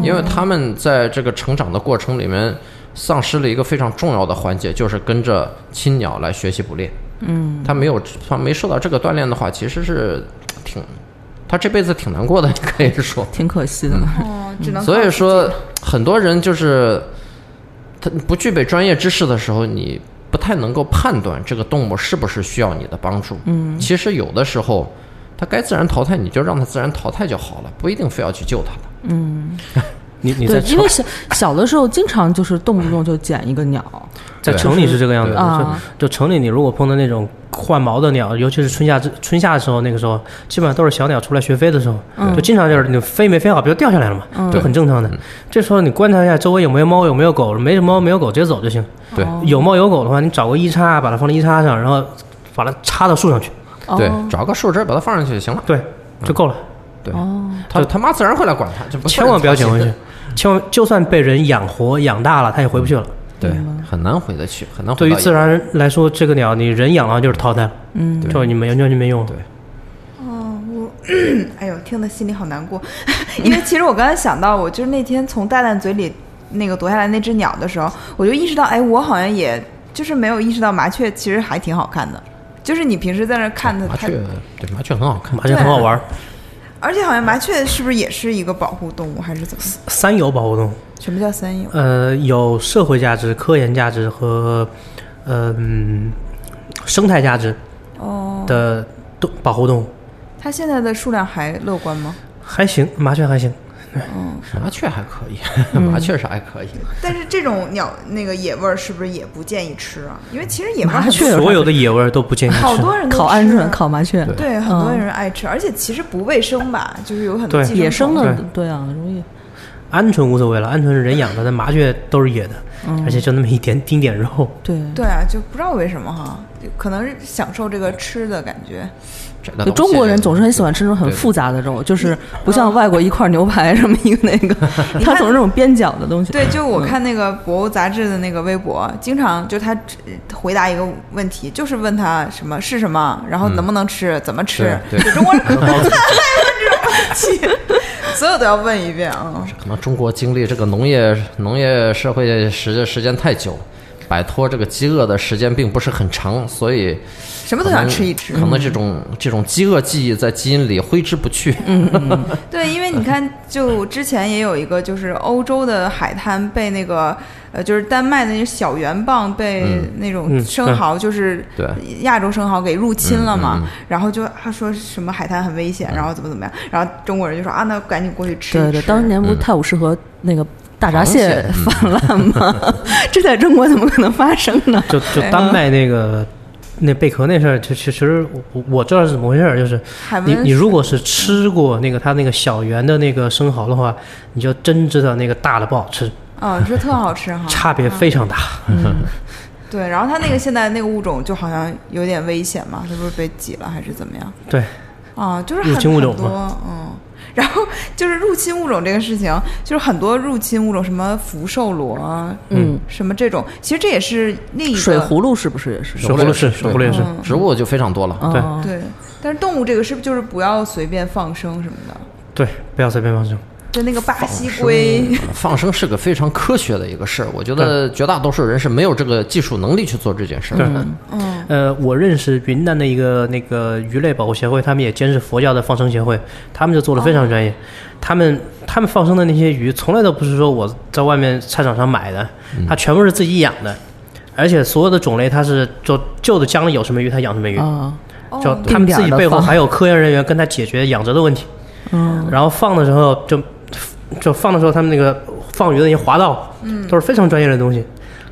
D: 因为它们在这个成长的过程里面。丧失了一个非常重要的环节，就是跟着亲鸟来学习捕猎。他没有他没受到这个锻炼的话，其实是挺他这辈子挺难过的， 可以说。
B: 挺可惜
D: 嗯
B: 的，
C: 哦，只能
D: 所
C: 靠
D: 以
C: 自
D: 说
C: 己，
D: 很多人就是他不具备专业知识的时候，你不太能够判断这个动物是不是需要你的帮助。嗯，其实有的时候，它该自然淘汰，你就让它自然淘汰就好了，不一定非要去救它的。
E: 你你
B: 对
E: 在，
B: 因
E: 城
B: 为小小的时候经常就是动不动就捡一个鸟，
E: 在
D: 对
E: 城里是这个样子的，
B: 就是
E: 就
B: 啊
E: 就城里你如果碰到那种换毛的鸟，尤其是春夏之春夏的时候，那个时候基本上都是小鸟出来学飞的时候，就经常就是你飞没飞好，比如掉下来了嘛，都很正常的。这时候你观察一下周围有没有猫有没有狗，没什么猫没有狗直接走就行。
D: 对
E: 有猫有狗的话，你找个衣叉把它放在衣叉上，然后把它插到树上去，
D: 对
B: 哦，
D: 找个树枝把它放上去就行了。
E: 对，就够了。
D: 对，它它妈自然会来管它，就不会
E: 千万不要捡回
D: 操
E: 去
D: 心。，
E: 千万就算被人养活养大了，它也回不去了。
D: 对，很难回得去，很难回
E: 对于
D: 到
E: 自然来说，这个鸟你人养了就是淘汰了，嗯，就你没完全就没用了。
D: 对
C: 哎呦，听得心里好难过， 因为其实我刚才想到，我就是那天从蛋蛋嘴里那个夺下来那只鸟的时候，我就意识到，哎，我好像也就是没有意识到麻雀其实还挺好看的，就是你平时在那儿看它，
D: 麻
C: 它
D: 雀，对麻雀很好看。
C: 啊
E: 麻雀很好玩儿，
C: 而且好像麻雀是不是也是一个保护动物，还是怎么？
E: 三有保护动物，
C: 什么叫三有？
E: 呃，有社会价值、科研价值和呃嗯生态价值
C: 哦，
E: 的动保护动物，
C: 它现在的数量还乐观吗？
E: 还行，麻雀还行。
D: 麻雀还可以，
B: 嗯
D: 麻雀啥也可以。
C: 但是这种鸟那个野味儿是不是也不建议吃啊？因为其实野味儿
B: 麻
C: 很
B: 雀有
E: 所有的野味儿都不建议吃。
C: 好多人都
B: 烤鹌
C: 吃啊
B: 鹑、烤麻雀，
C: 对，
B: 嗯
C: 很多人爱吃，而且其实不卫生吧，就是有很多
E: 对
C: 寄
B: 野生的
E: 对，
B: 对啊，容易。
E: 鹌鹑无所谓了，鹌鹑是人养的，但麻雀都是野的，
C: 嗯
E: 而且就那么一点丁点肉。
B: 对，
C: 对啊，就不知道为什么哈，就可能是享受这个吃的感觉。
D: 这个
B: 就
D: 东西
B: 中国人总是很喜欢吃那种很
D: 对
B: 复杂的肉，就是不像外国一块牛排什么一个那个，他总是那种边角的东西。
C: 对，就我看那个博欧杂志的那个微博，经常就他只回答一个问题，就是问他什么是什么，然后能不能吃，怎么吃，
D: 嗯对对
C: 就中国人太 问这种问题，所有都要问一遍啊。
D: 可能中国经历这个农业农业社会时时间太久，摆脱这个饥饿的时间并不是很长，所以
C: 什么都想吃一吃
D: 可。
B: 嗯
D: 能这种这种饥饿记忆在基因里挥之不去。嗯，
C: 对，因为你看，就之前也有一个，就是欧洲的海滩被那个呃，就是丹麦的那些小圆蚌被那种
E: 嗯
C: 生蚝，就是
D: 对
C: 亚洲生蚝给入侵了嘛。
D: 嗯嗯
C: 然后就他说什么海滩很危险，然后怎么怎么样，然后中国人就说啊，那赶紧过去吃一吃。
B: 对对，当年不是
D: 嗯
B: 泰晤士河那个大闸
D: 螃
B: 蟹
D: 蟹嗯
B: 泛滥吗？ 这在中国怎么可能发生呢？
E: 就就丹麦那个那贝壳那事儿，就其实我我知道是怎么回事儿，就是
C: 海
E: 你
C: 湾
E: 你如果是吃过那个它那个小圆的那个生蚝的话，你就真知道那个大的不好吃，
C: 啊，你说特好吃哈，
E: 差别非常大。
C: 对。然后他那个现在那个物种就好像有点危险嘛，是不是被挤了还是怎么样？
E: 对，
C: 啊，就是
E: 入
C: 很
E: 侵物种
C: 很多，嗯。然后就是入侵物种这个事情，就是很多入侵物种，什么福寿螺啊，
B: 嗯，
C: 什么这种，其实这也是另一个
B: 水葫芦是不是也是？
E: 水葫芦是水葫芦也是，
C: 嗯
D: 植物就非常多了。
E: 对
B: 哦，
C: 对。但是动物这个是不是就是不要随便放生什么的？
E: 对，不要随便放生。
C: 就那个巴西龟，
D: 放生是个非常科学的一个事儿，我觉得绝大多数人是没有这个技术能力去做这件事儿的。
C: 嗯，
E: 呃，我认识云南的一个那个鱼类保护协会，他们也监视佛教的放生协会，他们就做的非常专业。
B: 哦
E: 他们他们放生的那些鱼，从来都不是说我在外面菜场上买的，
B: 嗯
E: 它全部是自己养的，而且所有的种类它是就就着江里有什么鱼，它养什么鱼，
B: 啊，
E: 就
C: 哦，
E: 他们自
B: 定点
E: 己
B: 地
E: 背后
B: 放
E: 还有科研人员跟他解决养殖的问题。
B: 嗯，
E: 然后放的时候就就放的时候，他们那个放鱼的那些滑道，都是非常专业的东西。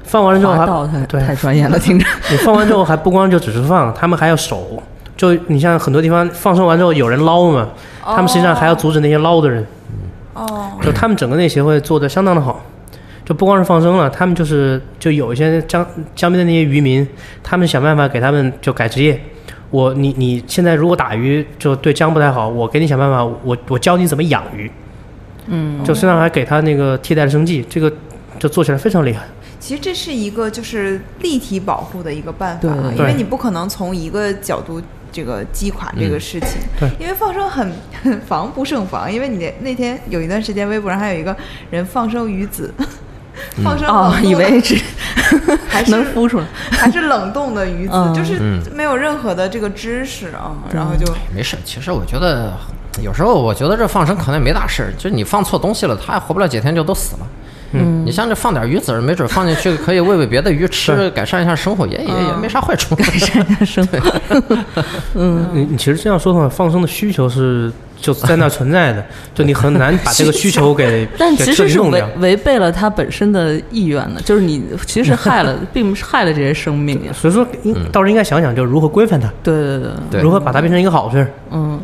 E: 放完了之后
B: 嗯滑
E: 还
B: 道太
E: 对
B: 太专业了， 听着。
E: 你放完之后还不光就只是放，他们还要守。就你像很多地方放生完之后有人捞嘛，他们实际上还要阻止那些捞的人。
C: 哦，
E: 就他们整个那协会做的相当的好，就不光是放生了，他们就是就有一些江江边的那些渔民，他们想办法给他们就改职业。我你你现在如果打鱼就对江不太好，我给你想办法，我我教你怎么养鱼。嗯，就身上还给他那个替代的生计，这个就做起来非常厉害。
C: 其实这是一个就是立体保护的一个办法
B: 对
C: 啊，
B: 对
C: 因为
E: 对
C: 你不可能从一个角度这个击垮这个事情，
E: 对
C: 因为放生很 很防不胜防，因为你那天有一段时间微博上还有一个人放生鱼子，放生
B: 嗯哦
C: 冷，冻的
B: 以为只
C: 还是
B: 能孵出来。
C: 还是冷冻的鱼子，
B: 嗯
C: 就是没有任何的这个知识啊，然后就
D: 没事，其实我觉得有时候我觉得这放生可能也没大事儿，就你放错东西了，它也活不了几天就都死了。嗯，你像这放点鱼籽儿，没准放进去可以喂喂别的鱼吃，改善一下生活，也也也没啥坏处。
B: 生
E: 你你其实这样说的话，放生的需求是就在那存在的，就你很难把这个需求给
B: 但
E: 给
B: 其
E: 彻
B: 实
E: 底
B: 是
E: 弄
B: 违
E: 掉。
B: 违背了他本身的意愿的，就是你其实是害了，并不是害了这些生命呀。
E: 所以说，应倒是应该想想，就如何规范它，
B: 对对对，
D: 对
E: 如何把它变成一个好事儿。
B: 嗯，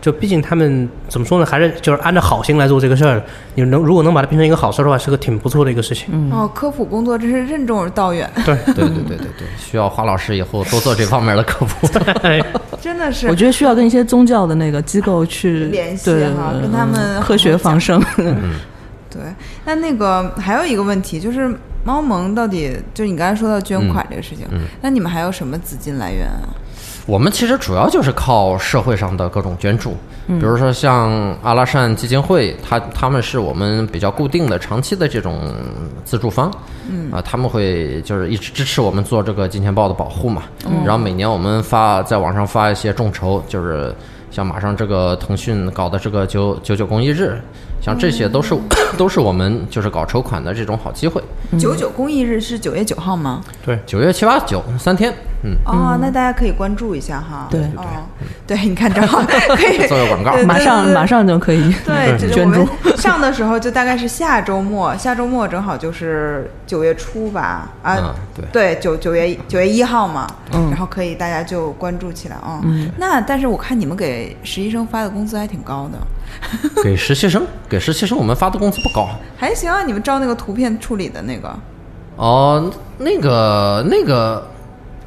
E: 就毕竟他们怎么说呢，还是就是按照好心来做这个事儿的。你能如果能把它变成一个好事儿的话，是个挺不错的一个事情。
B: 嗯
C: 哦，科普工作真是任重而道远，
E: 对，
D: 对对对对对，需要花老师以后多做这方面的科普。
C: 真的是
B: 我觉得需要跟一些宗教的那个机构去
C: 联系
B: 对
C: 哈跟他们
B: 嗯科学防生。
C: 对。那那个还有一个问题就是。猫盟到底就是你刚才说到捐
D: 嗯
C: 款这个事情，那你们还有什么资金来源啊？
D: 我们其实主要就是靠社会上的各种捐助，比如说像阿拉善基金会，他他们是我们比较固定的、长期的这种资助方，嗯啊、他们会就是一直支持我们做这个金钱豹的保护嘛，然后每年我们发在网上发一些众筹，就是像马上这个腾讯搞的这个九九九公益日，像这些都是都是我们就是搞筹款的这种好机会。
C: 九九公益日是九月九号吗？
E: 对，
D: 九月七八九三天，嗯，
C: 哦，那大家可以关注一下哈。
B: 对
C: 哦，对，你看正 好可以
D: 做个广告嗯
C: 对对
B: 马上
C: 对
B: 马上就可以。
C: 对，就是我
B: 捐
C: 们
B: 助
C: 上的时候就大概是下周末，下周末正好就是九月初吧，啊
D: 嗯，对嗯
C: 对，九九月九月一号嘛，然后可以大家就关注起来啊。那但是我看你们给实习生发的工资还挺高的，
D: 给实习生，给实习生我们发的工资不高。
C: 还行啊，你们照那个图片处理的那个，
D: 哦，那个那个，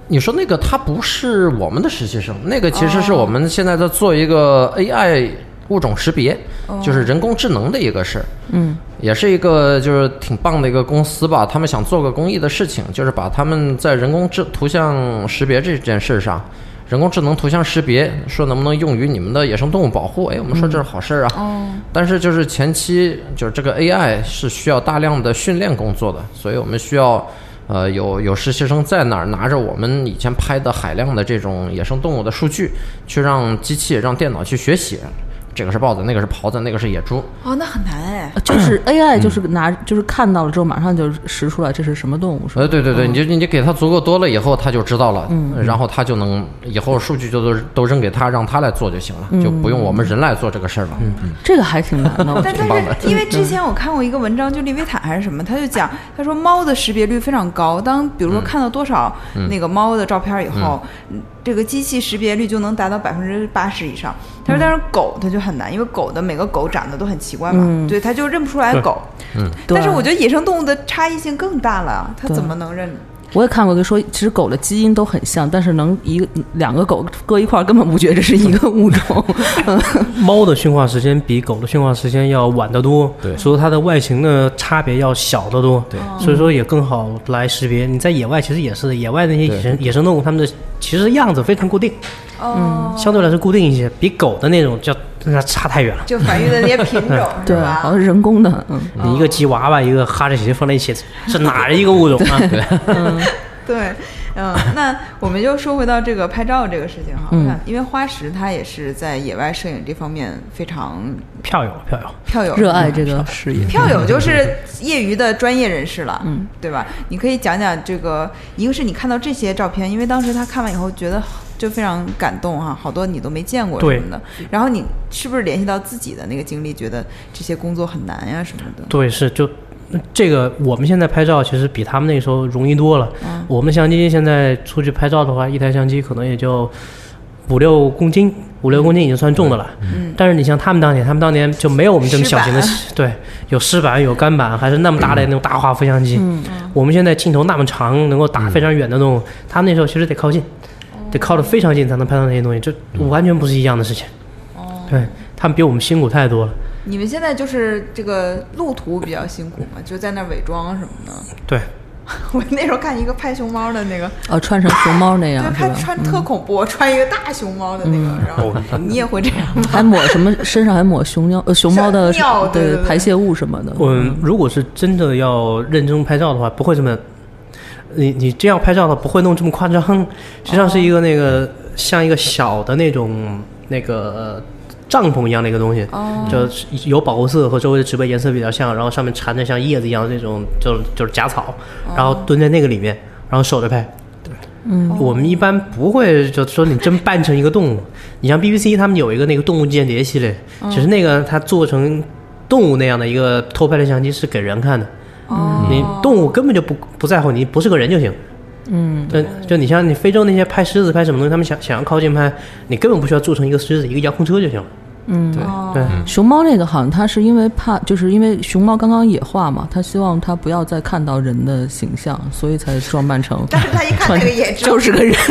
D: 你说那个他不是我们的实习生，那个其实是我们现在在做一个 AI 物种识别，就是人工智能的一个事儿。嗯，也是一个就是挺棒的一个公司吧，他们想做个公益的事情，就是把他们在人工智图像识别这件事上。人工智能图像识别说能不能用于你们的野生动物保护？哎，我们说这是好事儿啊。但是就是前期就是这个 AI 是需要大量的训练工作的，所以我们需要呃有有实习生在那儿拿着我们以前拍的海量的这种野生动物的数据，去让机器让电脑去学习，这个是豹子，那个是狍子，那个是野猪。
C: 哦，那很难哎，
B: 呃就是 AI 就是拿就是看到了之后马上就识出来这是什么动物，是吧？
D: 呃，对对对，你就你就给它足够多了以后，它就知道了，然后它就能以后数据就都都扔给他，让他来做就行了，就不用我们人来做这个事儿了。
B: 这个还挺难 的，我觉
C: 但
B: 得
C: 但
D: 棒的
C: 是因为之前我看过一个文章，就利维坦还是什么，他就讲， 他说猫的识别率非常高，当比如说看到多少那个猫的照片以后，嗯这个机器识别率就能达到百分之八十以上。他说，但是狗它就很难，因为狗的每个狗长得都很奇怪嘛，对，它就认不出来狗。
B: 啊
C: 但是我觉得野生动物的差异性更大了，它
B: 对
C: 怎么能认？
B: 我也看过一个说，其实狗的基因都很像，但是能一个两个狗搁一块儿根本不觉得这是一个物种。嗯
E: 猫的驯化时间比狗的驯化时间要晚得多，
D: 对
E: 所以它的外形的差别要小得多，对，所以说也更好来识别。你在野外其实也是的，野外那些野生野生动物，它们的其实样子非常固定，
C: 哦，
E: 相对来说固定一些，比狗的那种叫那差太远了。
C: 就繁育的那些品种是
B: 对，啊
C: 吧
B: 好？像是人工的，嗯，
E: 你一个吉娃娃，一个哈士奇放在一起，是哪一个物种啊？对，
C: 对，嗯，那我们就说回到这个拍照这个事情哈，
B: 嗯
C: 看因为花石他也是在野外摄影这方面非常
E: 票友，票友。
C: 票友，嗯
B: 热爱这个事业。
C: 票友就是业余的专业人士了，嗯，对吧？你可以讲讲这个，一个是你看到这些照片，因为当时他看完以后觉得就非常感动哈、好多你都没见过什
E: 对
C: 么的，然后你是不是联系到自己的那个经历，觉得这些工作很难呀、什么的？
E: 对，是就这个，我们现在拍照其实比他们那时候容易多了。我们相机现在出去拍照的话，一台相机可能也就五六公斤，五六公斤已经算重的了。嗯、但是你像他们当年，他们当年就没有我们这么小型的
C: 湿，
E: 对，有湿板，有干板，还是那么大的那种大画幅相机。嗯、我们现在镜头那么长，能够打非常远的那种，他们那时候其实得靠近，得靠得非常近才能拍到那些东西，这完全不是一样的事情。对他们比我们辛苦太多了。
C: 你们现在就是这个路途比较辛苦嘛，就在那儿伪装什么的。
E: 对，
C: 我那时候看一个拍熊猫的那个，
B: 哦，穿成熊猫
E: 哎
B: 那样
C: 就
B: 是
C: 看
B: 吧？
E: 嗯
C: 穿特恐怖，穿一个大熊猫的那个，然后你也会这 样吗？
B: 还抹什么？身上还抹熊尿呃熊猫的
C: 像尿对对对
B: 排泄物什么的。
E: 嗯，如果是真的要认真拍照的话，不会这么，你你这样拍照的话不会弄这么夸张，实际上是一个那个、像一个小的那种那个帐篷一样的一个东西，就是有保护色和周围的植被颜色比较像，然后上面缠着像叶子一样的那种就就是假草，然后蹲在那个里面，然后守着拍。嗯，我们一般不会就说你真扮成一个动物。你像 BBC 他们有一个那个动物间谍系列，其实那个它做成动物那样的一个偷拍的相机是给人看的。
C: 哦
E: 你动物根本就不不在乎你不是个人就行。嗯，就就你像你非洲那些拍狮子拍什么东西，他们想想要靠近拍，你根本不需要做成一个狮子一个遥控车就行了。
C: 哦
E: 对，
B: 熊猫那个好像它是因为怕，就是因为熊猫刚刚野化嘛，它希望它不要再看到人的形象，所以才装扮成
C: 但是他一看那个也知道
B: 就，是个 人。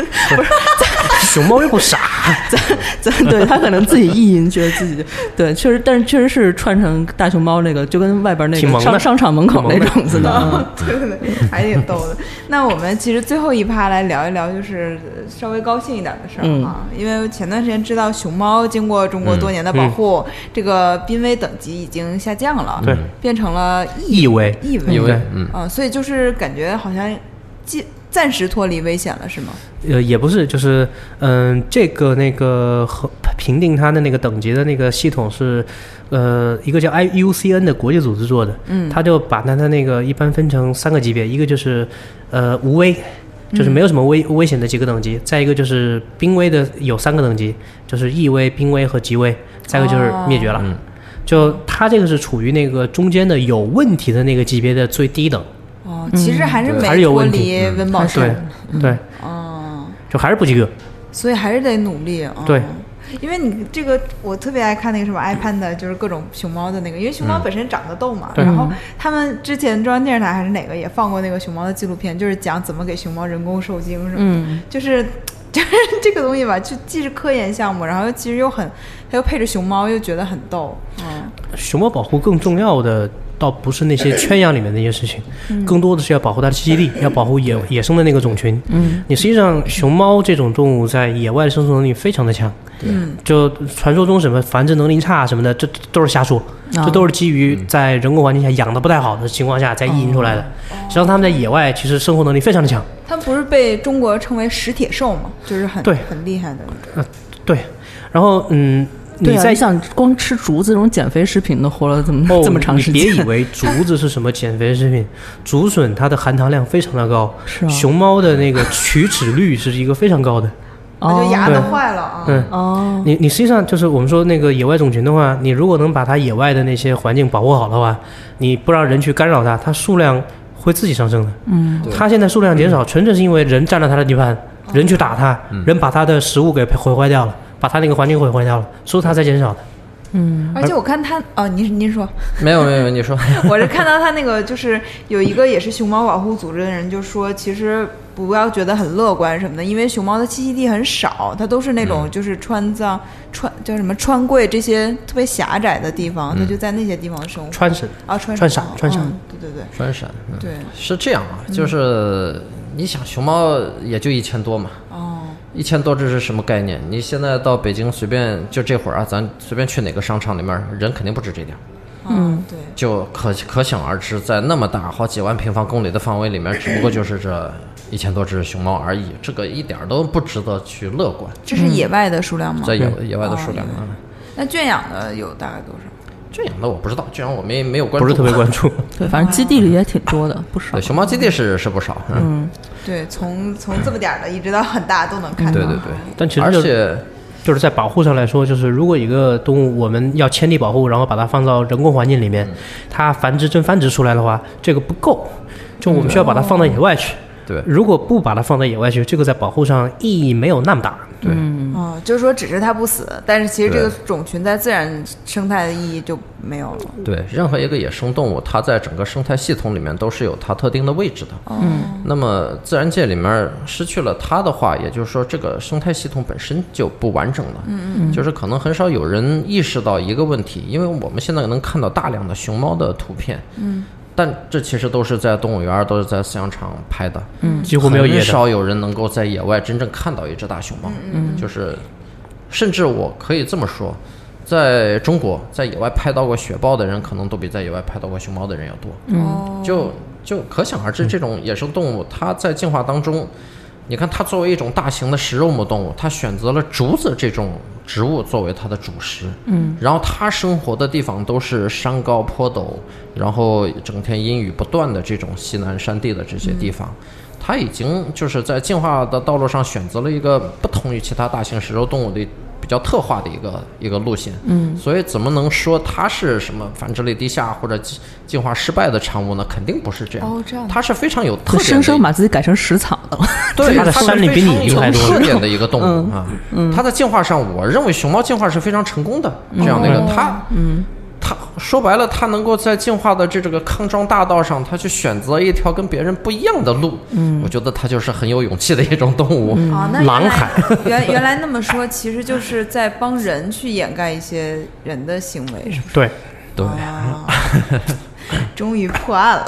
E: 熊猫又不傻，
B: 咱对他可能自己意淫，觉得自己对，确实，但是确实是穿成大熊猫那个，就跟外边那
E: 挺
B: 个
E: 萌的
B: 商商场门口
E: 挺
B: 那
E: 萌的
B: 种似的。嗯
C: 对对对，还挺逗的。那我们其实最后一趴来聊一聊，就是呃稍微高兴一点的事儿啊，
E: 嗯
C: 因为前段时间知道熊猫经过中国多年的保护，这个濒危等级已经下降了，
E: 嗯对，
C: 变成了易
E: 意为
C: 易
D: 因
C: 危
D: 为
E: 对
C: 呃
D: 嗯，
C: 啊，所以就是感觉好像近暂时脱离危险了，是吗？
E: 呃，也不是，就是嗯、这个那个和评定它的那个等级的那个系统是，呃，一个叫 IUCN 的国际组织做的，
C: 嗯，
E: 它就把它的那个一般分成三个级别，一个就是呃无危，就是没有什么危危险的几个等级，再一个就是濒危的有三个等级，就是易危、濒危和极危，再一个就是灭绝了。
D: 嗯
E: 就它这个是处于那个中间的有问题的那个级别的最低等，
C: 哦，其实还是
E: 对
C: 没
E: 嗯还是有
C: 脱
E: 问
C: 离
E: 题嗯
C: 温饱
E: 对
C: 线，
E: 对，
C: 哦，
E: 就还是不及格。
C: 所以还是得努力啊。哦
E: 对。
C: 因为你这个，我特别爱看那个什么 iPad 的，就是各种熊猫的那个，因为熊猫本身长得逗嘛。
E: 嗯对
C: 然后他们之前中央电视台还是哪个也放过那个熊猫的纪录片，就是讲怎么给熊猫人工受精什么的。
B: 嗯，
C: 就是 就是这个东西吧，就既是科研项目，然后其实又很，它又配着熊猫，又觉得很逗。嗯，
E: 呃熊猫保护更重要的倒不是那些圈养里面的一些事情，更多的是要保护它的栖息地，要保护野野生的那个种群。嗯，你实际上熊猫这种动物在野外的生存能力非常的强。嗯，就传说中什么繁殖能力差什么的，这这都是瞎说，这都是基于在人工环境下养的不太好的情况下再意淫出来的。实际上，它们在野外其实生活能力非常的强。
C: 它不是被中国称为食铁兽嘛，就是很
E: 对
C: 很厉害的那种。
E: 对，然后嗯，
B: 对
E: 你
B: 啊，
E: 在
B: 你想光吃竹子这种减肥食品都活了这么、
E: 哦，
B: 这么长时间，
E: 你别以为竹子是什么减肥食品，竹笋它的含糖量非常的高，
B: 是啊
E: 熊猫的那个龋齿率是一个非常高的。
C: 那就牙
E: 哦对
C: 都坏了啊！
E: 嗯，
B: 哦，
E: 你你实际上就是我们说那个野外种群的话，你如果能把它野外的那些环境保护好的话，你不让人去干扰它，它数量会自己上升的。嗯，它现在数量
B: 嗯
E: 减少，纯粹是因为人占了它的地盘，
B: 哦
E: 人去打它，人把它的食物给毁坏掉了，把它那个环境毁坏掉了，所以它才减少的。
C: 而且我看它，哦，您您说，
D: 没有没有，你说
C: 我是看到它那个，就是有一个也是熊猫保护组织的人就说，其实不要觉得很乐观什么的，因为熊猫的栖息地很少，它都是那
D: 嗯
C: 种就是川藏、川叫什么川贵这些特别狭窄的地
D: 嗯
C: 方，它就在那些地方生活。
E: 川省
C: 啊，川
E: 川
C: 陕
E: 陕川陕
C: 嗯对对对
D: 川陕，嗯
C: 对，
D: 是这样啊，
C: 嗯
D: 就是你想熊猫也就一千多嘛，
C: 哦，
D: 一千多只是什么概念？你现在到北京随便就这会儿啊，咱随便去哪个商场里面，人肯定不止这点儿，
C: 嗯，对，
D: 就可可想而知，在那么大好几万平方公里的范围里面，只不过就是这一千多只熊猫而已，这个一点儿都不值得去乐观，
C: 这是野外的数量吗？
D: 嗯在野野外的数量
C: 哦
D: 啊。嗯
C: 那圈养的有大概多少？
D: 圈养的我不知道，圈养我没没有关注，
E: 不是特别 关注。
B: 对，反正基地里也挺多的，不少
D: 对，。熊猫基地是是不少，嗯，
C: 对，从从这么点儿的一直到很大都能看到。
D: 对对对，
E: 但其实
D: 而
E: 就
D: 且
E: 就是在保护上来说，就是如果一个动物我们要迁地保护，然后把它放到人工环境里面，它繁殖真繁殖出来的话，这个不够，就我们需要把它放到野外去。
D: 对
E: 如果不把它放到野外去，这个在保护上意义没有那么大。
D: 对，
C: 哦，就是说只是它不死，但是其实这个
D: 对
C: 种群在自然生态的意义就没有了。
D: 对，任何一个野生动物，它在整个生态系统里面都是有它特定的位置的。嗯，那么自然界里面失去了它的话，也就是说这个生态系统本身就不完整了。嗯嗯，就是可能很少有人意识到一个问题，因为我们现在能看到大量的熊猫的图片。嗯。但这其实都是在动物园儿，都是在饲养场拍的，嗯，
E: 几乎没有野的
D: 很少有人能够在野外真正看到一只大熊猫，嗯，就是甚至我可以这么说，在中国，在野外拍到过雪豹的人，可能都比在野外拍到过熊猫的人要多。
C: 嗯，
D: 就就可想而知，这种野生动物，它在进化当中，你看它作为一种大型的食肉目动物，它选择了竹子这种植物作为它的主食。嗯，然后它生活的地方都是山高坡陡，然后整天阴雨不断的这种西南山地的这些地方。它已经就是在进化的道路上选择了一个不同于其他大型食肉动物的比较特化的一个一个路线，嗯，所以怎么能说它是什么繁殖力低下或者进进化失败的产物呢？肯定不是这样，
C: 哦这样的
D: 它是非常有特
B: 就
D: 点
B: 生
D: 的，
B: 生把自己改成食草的了，
D: 对，
E: 它在山里比你厉害多了
D: 特点的一个动物啊，它在进化上，我认为熊猫进化是非常成功的，这样的一个它，嗯。它说白了，它能够在进化的这这个康庄大道上，它去选择一条跟别人不一样的路，嗯，我觉得它就是很有勇气的一种动物，
C: 啊，那原
E: 狼
C: 来
E: 海
C: 原原来那么说，其实就是在帮人去掩盖一些人的行为，是不
E: 对，
D: 对，
C: 是？啊，终于破案了。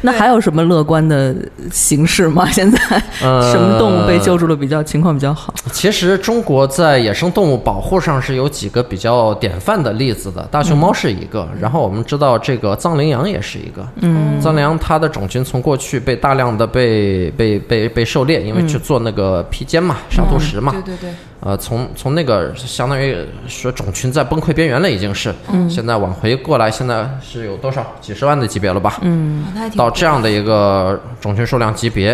B: 那还有什么乐观的形式吗？ 现在
D: 呃
B: 什么动物被救助的比较情况比较好？
D: 其实中国在野生动物保护上是有几个比较典范的例子的，大熊猫是一个，然后我们知道这个藏羚羊也是一个。嗯，藏羚羊它的种群从过去被大量的被被被被狩猎，因为去做那个披肩嘛、杀毒石嘛，
C: 对对对，
D: 呃，从从那个相当于说种群在崩溃边缘了，已经是。现在往回过来，现在是有多少几十万的级别了吧？嗯。
C: 哦那还挺
D: 到这样的一个种群数量级别，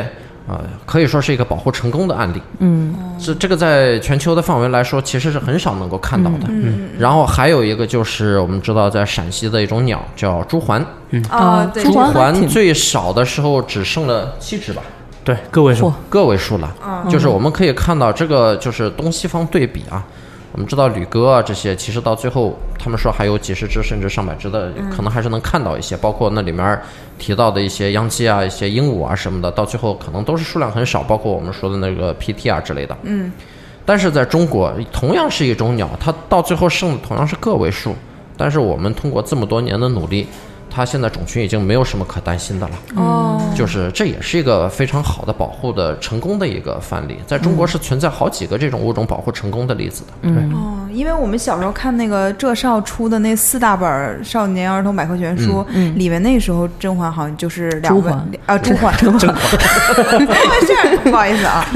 D: 啊、可以说是一个保护成功的案例。嗯，这这个在全球的范围来说，其实是很少能够看到的。嗯，然后还有一个就是我们知道，在陕西的一种鸟叫朱鹮，
C: 啊，对
B: 朱
D: 朱
B: 鹮还
D: 鹮
B: 挺
D: 最少的时候只剩了七只吧。
E: 对，个位数
B: 嚯，
D: 个位数了，就是我们可以看到这个就是东西方对比啊。我们知道吕哥啊这些，其实到最后他们说还有几十只甚至上百只的，可能还是能看到一些，包括那里面提到的一些秧鸡啊、一些鹦鹉啊什么的，到最后可能都是数量很少，包括我们说的那个 PT 啊之类的。嗯。但是在中国，同样是一种鸟，它到最后剩的同样是个位数，但是我们通过这么多年的努力，它现在种群已经没有什么可担心的了。
C: 哦，
D: 就是这也是一个非常好的保护的成功的一个范例，在中国是存在好几个这种物种保护成功的例子的。嗯，
C: 哦，因为我们小时候看那个浙少出的那四大本儿少年儿童百科全书，里面那时候甄嬛好像就是两位
B: 朱鹮
C: 啊，嗯朱鹮， 朱鹮， 这样不好意思 啊，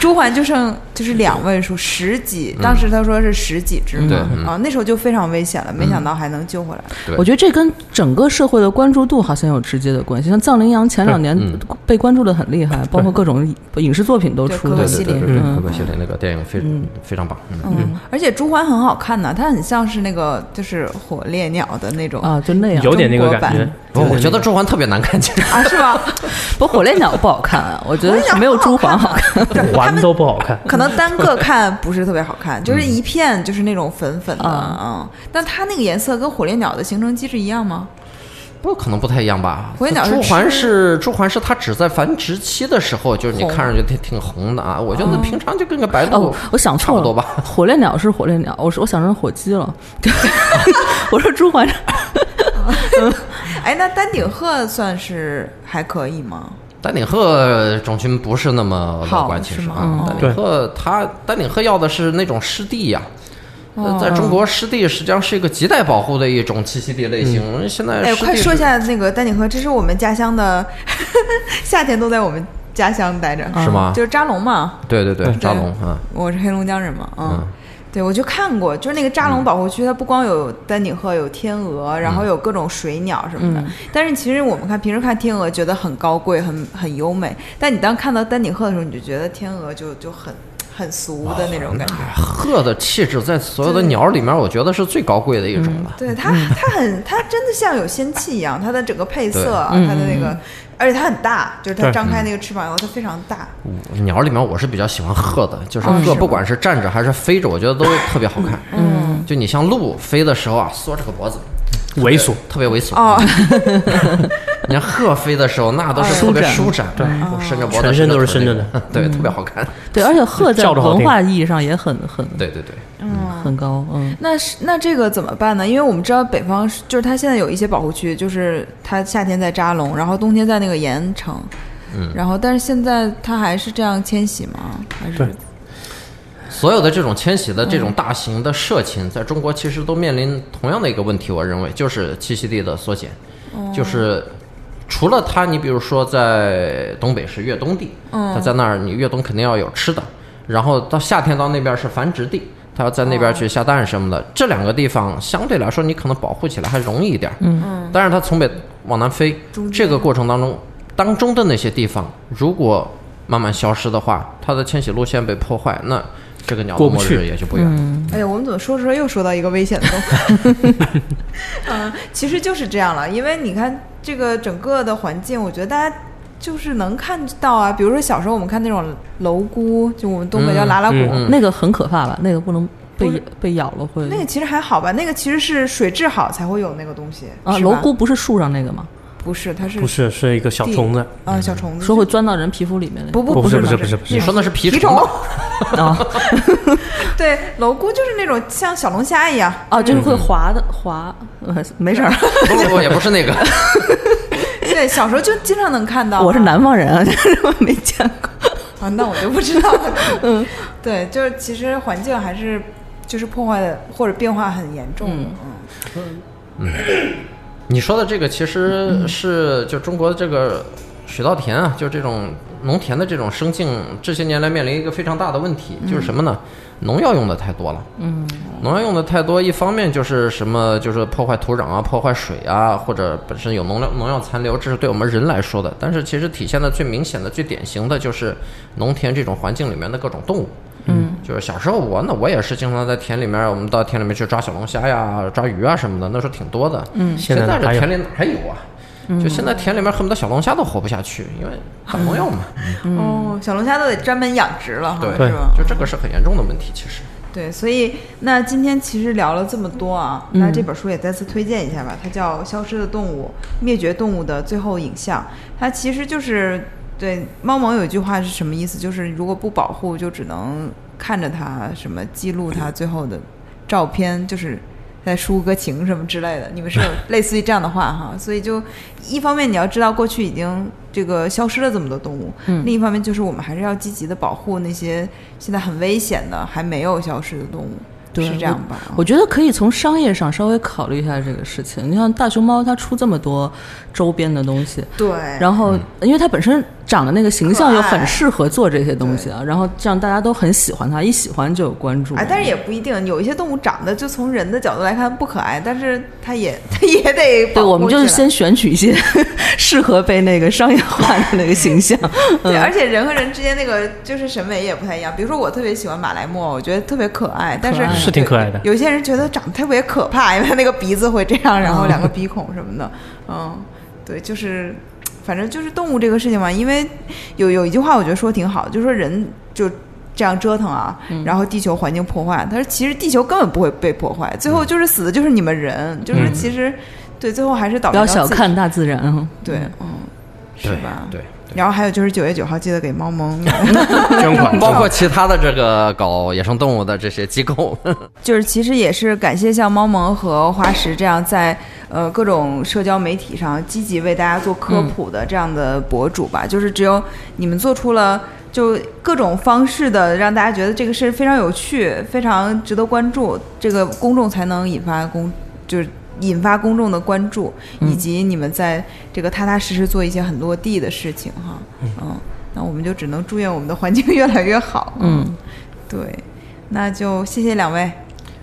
C: 朱鹮就剩就是两位数，十几，当时他说是十几只嘛，
D: 对
C: 啊，那时候就非常危险了，没想到还能救回来，
D: 对
B: 我觉得这跟整个社会的关注度好像有直接的关系。像藏羚羊前两年
D: 嗯
B: 被关注的很厉害，包括各种影视作品都
C: 对
B: 出
C: 可
B: 了
D: 对
C: 可。惜
D: 对对
C: 林
D: 对对，
B: 嗯
D: 可可西林那个电影非非常棒。嗯，
C: 嗯，而且朱鹮很好看呢，它很像是那个就是火烈鸟的那种
B: 啊，就那样。
E: 有点那个
C: 中国
E: 感觉
C: 版。
D: 不过我觉得朱鹮特别难看见。
C: 啊，是吧？
B: 不，火烈鸟不好看啊，我觉得没有朱鹮好看。
E: 环都不好看，
C: 可能单个看不是特别好 看，就是一片就是那种粉粉的，嗯，但它那个颜色跟火烈鸟的形成机制一样 吗？
D: 不，可能不太一样吧。
C: 火影鸟是
D: 朱鹮
C: 吃
D: 是朱鹮是它只在繁殖期的时候，就是你
C: 红
D: 看上去挺挺红的啊。我觉得平常就跟个白
B: 哦
D: 鹭，
B: 我想
D: 差
B: 错
D: 不
B: 了，
D: 多吧。
B: 火烈鸟是火烈鸟，我说我想成火鸡了。 我说朱鹮是，
C: 哎，那丹顶鹤算是还可以吗？
D: 丹顶鹤种群不是那么乐
C: 好
D: 观，其
C: 是
D: 实
C: 吗
D: 啊
C: 嗯，
D: 丹顶鹤它丹顶鹤要的是那种湿地呀、
C: 哦
D: 呃在中国，湿地实际上是一个亟待保护的一种栖息地类型。现在
C: 哎，
D: 湿地
C: 快说一
D: 是
C: 下那个丹顶鹤，这是我们家乡的， 夏天都在我们家乡待着，
D: 是吗
C: 就是扎龙嘛，
D: 对对对，扎龙啊，
C: 我是黑龙江人嘛，嗯。
D: 嗯
C: 对，我就看过，就是那个扎龙保护区，它不光有丹顶鹤，有天鹅，然后有各种水鸟什么的。但是其实我们看平时看天鹅，觉得很高贵，很很优美。但你当看到丹顶鹤的时候，你就觉得天鹅就就很很俗的那种感觉。
D: 鹤的气质在所有的
C: 对
D: 鸟儿里面，我觉得是最高贵的一种了。
C: 对它，它很，它真的像有仙气一样，它的整个配色啊，
B: 对
C: 它的那个，而且它很大，就是它
E: 对
C: 张开那个翅膀以后，它非常大。
D: 鸟儿里面，我是比较喜欢鹤的，就是
C: 哦
D: 鹤不管是站着还是飞着，我觉得都特别好看。嗯，就你像鹿飞的时候啊，缩着个脖子，
E: 猥琐。
D: 特别猥琐。
C: 哦，
D: 你看鹤飞的时候，那都是特别舒展，对，伸着脖子，
E: 全身都是伸着的
D: 着腿， 对，特别好看。
B: 对，而且鹤在
E: 叫着好
B: 文
E: 听
B: 化意义上也很很
D: 对对对，
B: 很高，嗯。
C: 那是那这个怎么办呢？因为我们知道北方是就是它现在有一些保护区，就是它夏天在扎龙，然后冬天在那个盐城，嗯，然后但是现在它还是这样迁徙吗？还是
E: 对
D: 所有的这种迁徙的这种大型的社群，在中国其实都面临同样的一个问题，我认为就是栖息地的缩减，就是。除了它，你比如说在东北是越冬地，它在那儿你越冬肯定要有吃的，然后到夏天到那边是繁殖地，它要在那边去下蛋什么的。这两个地方相对来说，你可能保护起来还容易一点，嗯，但是它从北往南飞，这个过程当中，当中的那些地方如果慢慢消失的话，它的迁徙路线被破坏，那这个鸟的
E: 过不
D: 末日
E: 去
D: 也就不远了。
C: 哎呀，我们怎么说着说着又说到一个危险的东西？ 嗯，其实就是这样了，因为你看这个整个的环境，我觉得大家。就是能看到啊，比如说小时候我们看那种楼菇，就我们东北叫拉拉蛄，
D: 嗯
B: 那个很可怕吧？那个不能被
C: 不是
B: 被咬了会。
C: 那个其实还好吧，那个其实是水质好才会有那个东西
B: 啊，
C: 是吧
B: 蝼蛄不是树上那个吗？
C: 不是，它是
E: 不是，是一个小虫子，
C: 啊小虫子，
B: 说会钻到人皮肤里面的。
C: 不不
E: 不
C: 是
E: 是不是
C: 不
E: 不是不是
D: 你说那是
C: 蜱
D: 蜱
C: 虫
D: 虫吧？
B: 啊
C: 对，蝼蛄就是那种像小龙虾一样，
B: 啊，就是会滑的滑，呃没事儿。
D: 不不不，也不是那个，
C: 对，对，小时候就经常能看到啊。
B: 我是南方人啊， 就是我没见过。
C: 啊，那我就不知道了。嗯，对，就是其实环境还是就是破坏的或者变化很严重嗯的。
D: 你说的这个其实是就中国的这个水稻田啊，就这种农田的这种生境，这些年来面临一个非常大的问题，就是什么呢？农药用的太多了。嗯，农药用的太多，一方面就是什么，就是破坏土壤啊，破坏水啊，或者本身有农药农药残留，这是对我们人来说的。但是其实体现的最明显的、最典型的就是农田这种环境里面的各种动物。嗯，就是小时候我那我也是经常在田里面，我们到田里面去抓小龙虾呀、抓鱼啊什么的，那时候挺多的。嗯，现
E: 现
D: 在
E: 在
D: 这
E: 哪有
D: 田里哪还有啊？
C: 嗯
D: 就现在田里面恨不得小龙虾都活不下去，因为反农药嘛。
C: 嗯，哦，小龙虾都得专门养殖了哈，
D: 对
C: 是吧，？
D: 就这个是很严重的问题，其实。
C: 对，所以那今天其实聊了这么多啊，那这本书也再次推荐一下吧，它叫《消失的动物：灭绝动物的最后影像》，它其实就是对猫萌有一句话是什么意思？就是如果不保护，就只能看着它什么记录它最后的照片，就是。在抒个情什么之类的，你们是有类似于这样的话哈，所以就一方面你要知道过去已经这个消失了这么多动物，
B: 嗯
C: 另一方面就是我们还是要积极的保护那些现在很危险的还没有消失的动物，
B: 对
C: 是这样吧？
B: 我觉得可以从商业上稍微考虑一下这个事情。你像大熊猫，它出这么多周边的东西，
C: 对，
B: 然后因为它本身长的那个形象
C: 可爱
B: 又很适合做这些东西啊，然后这样大家都很喜欢它，一喜欢就有关注。
C: 哎，但是也不一定，有一些动物长得就从人的角度来看不可爱，但是它也 它也得保
B: 对，
C: 护
B: 我们就是
C: 起来
B: 先选取一些 适合被那个商业化的那个形象。
C: 对，
B: 嗯
C: 而且人和人之间那个就是审美也不太一样。比如说，我特别喜欢马来貘，我觉得特别可爱，但是
B: 爱
E: 是挺可爱的
C: 有有些人觉得长得特别可怕，因为他那个鼻子会这 样，然后两个鼻孔什么的。嗯，对，就是反正就是动物这个事情嘛，因为有有一句话我觉得说挺好，就说人就。这样折腾啊，
B: 嗯
C: 然后地球环境破坏。他说，其实地球根本不会被破坏，
B: 嗯
C: 最后就是死的就是你们人，就是其实对，最后还是导
B: 不
C: 致
B: 要
C: 到
B: 小
C: 自己
B: 看大自然啊！
C: 对，嗯，是
D: 对
C: 吧？
D: 对。
C: 然后还有就是九月九号，记得给猫 萌，
E: 捐 款
D: 包括其他的这个搞野生动物的这些机构，
C: 就是其实也是感谢像猫萌和花石这样在呃各种社交媒体上积极为大家做科普的这样的博主吧。就是只有你们做出了就各种方式的让大家觉得这个事非常有趣，非常值得关注，这个公众才能引发公就是。引发公众的关注，以及你们在这个踏踏实实做一些很落地的事情哈，嗯，那我们就只能祝愿我们的环境 越来越好，
B: 嗯，
C: 对，那就谢谢两位，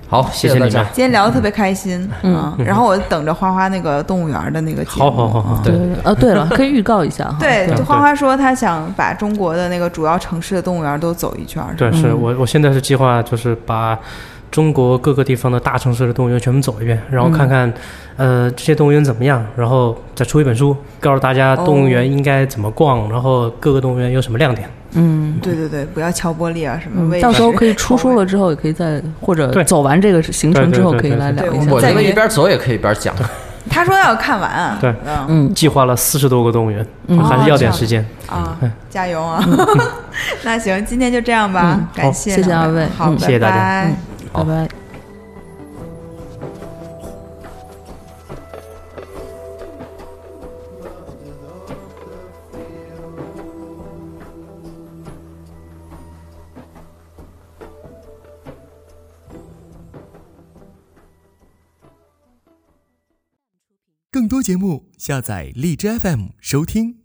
D: 好，谢
E: 谢
D: 大
E: 你
D: 家
E: 们。
C: 今天聊的特别开心，嗯，然后我等着花花那个动物园的那个节目
E: 好好好好，
D: 对对
B: 呃，对了，可以预告一下哈。
C: 对，
E: 对
C: 就花花说她想把中国的那个主要城市的动物园都走一圈儿，
E: 对，是我我现在是计划就是把中国各个地方的大城市的动物园全部走一遍，然后看看、呃这些动物园怎么样，然后再出一本书，告诉大家动物园应该怎么逛，然后各个动物园有什么亮点。
C: 对对对，不要敲玻璃啊什么位
B: 嗯，
C: 置，
B: 到时候可以出书了之后，也可以再或者
E: 对
B: 走完这个行程之后，
E: 对
B: 可
E: 对对
B: 以来
E: 对
B: 聊
C: 对
B: 一
C: 我
B: 下
C: 们。
D: 我
C: 再
D: 就一边走也可以一边讲，
C: 他说要看完啊，
E: 对
C: 嗯
B: 嗯，
E: 计划了四十多个动物园，还是要点时间。
C: 啊，
E: 哎
C: 加油啊！ 那行，今天就这样吧，感谢
B: 嗯谢谢
C: 两
B: 二位
C: 好，
B: 嗯
C: 拜
E: 谢谢大家
C: 拜
B: 嗯拜拜。
F: 更多节目，下载荔枝 FM 收听。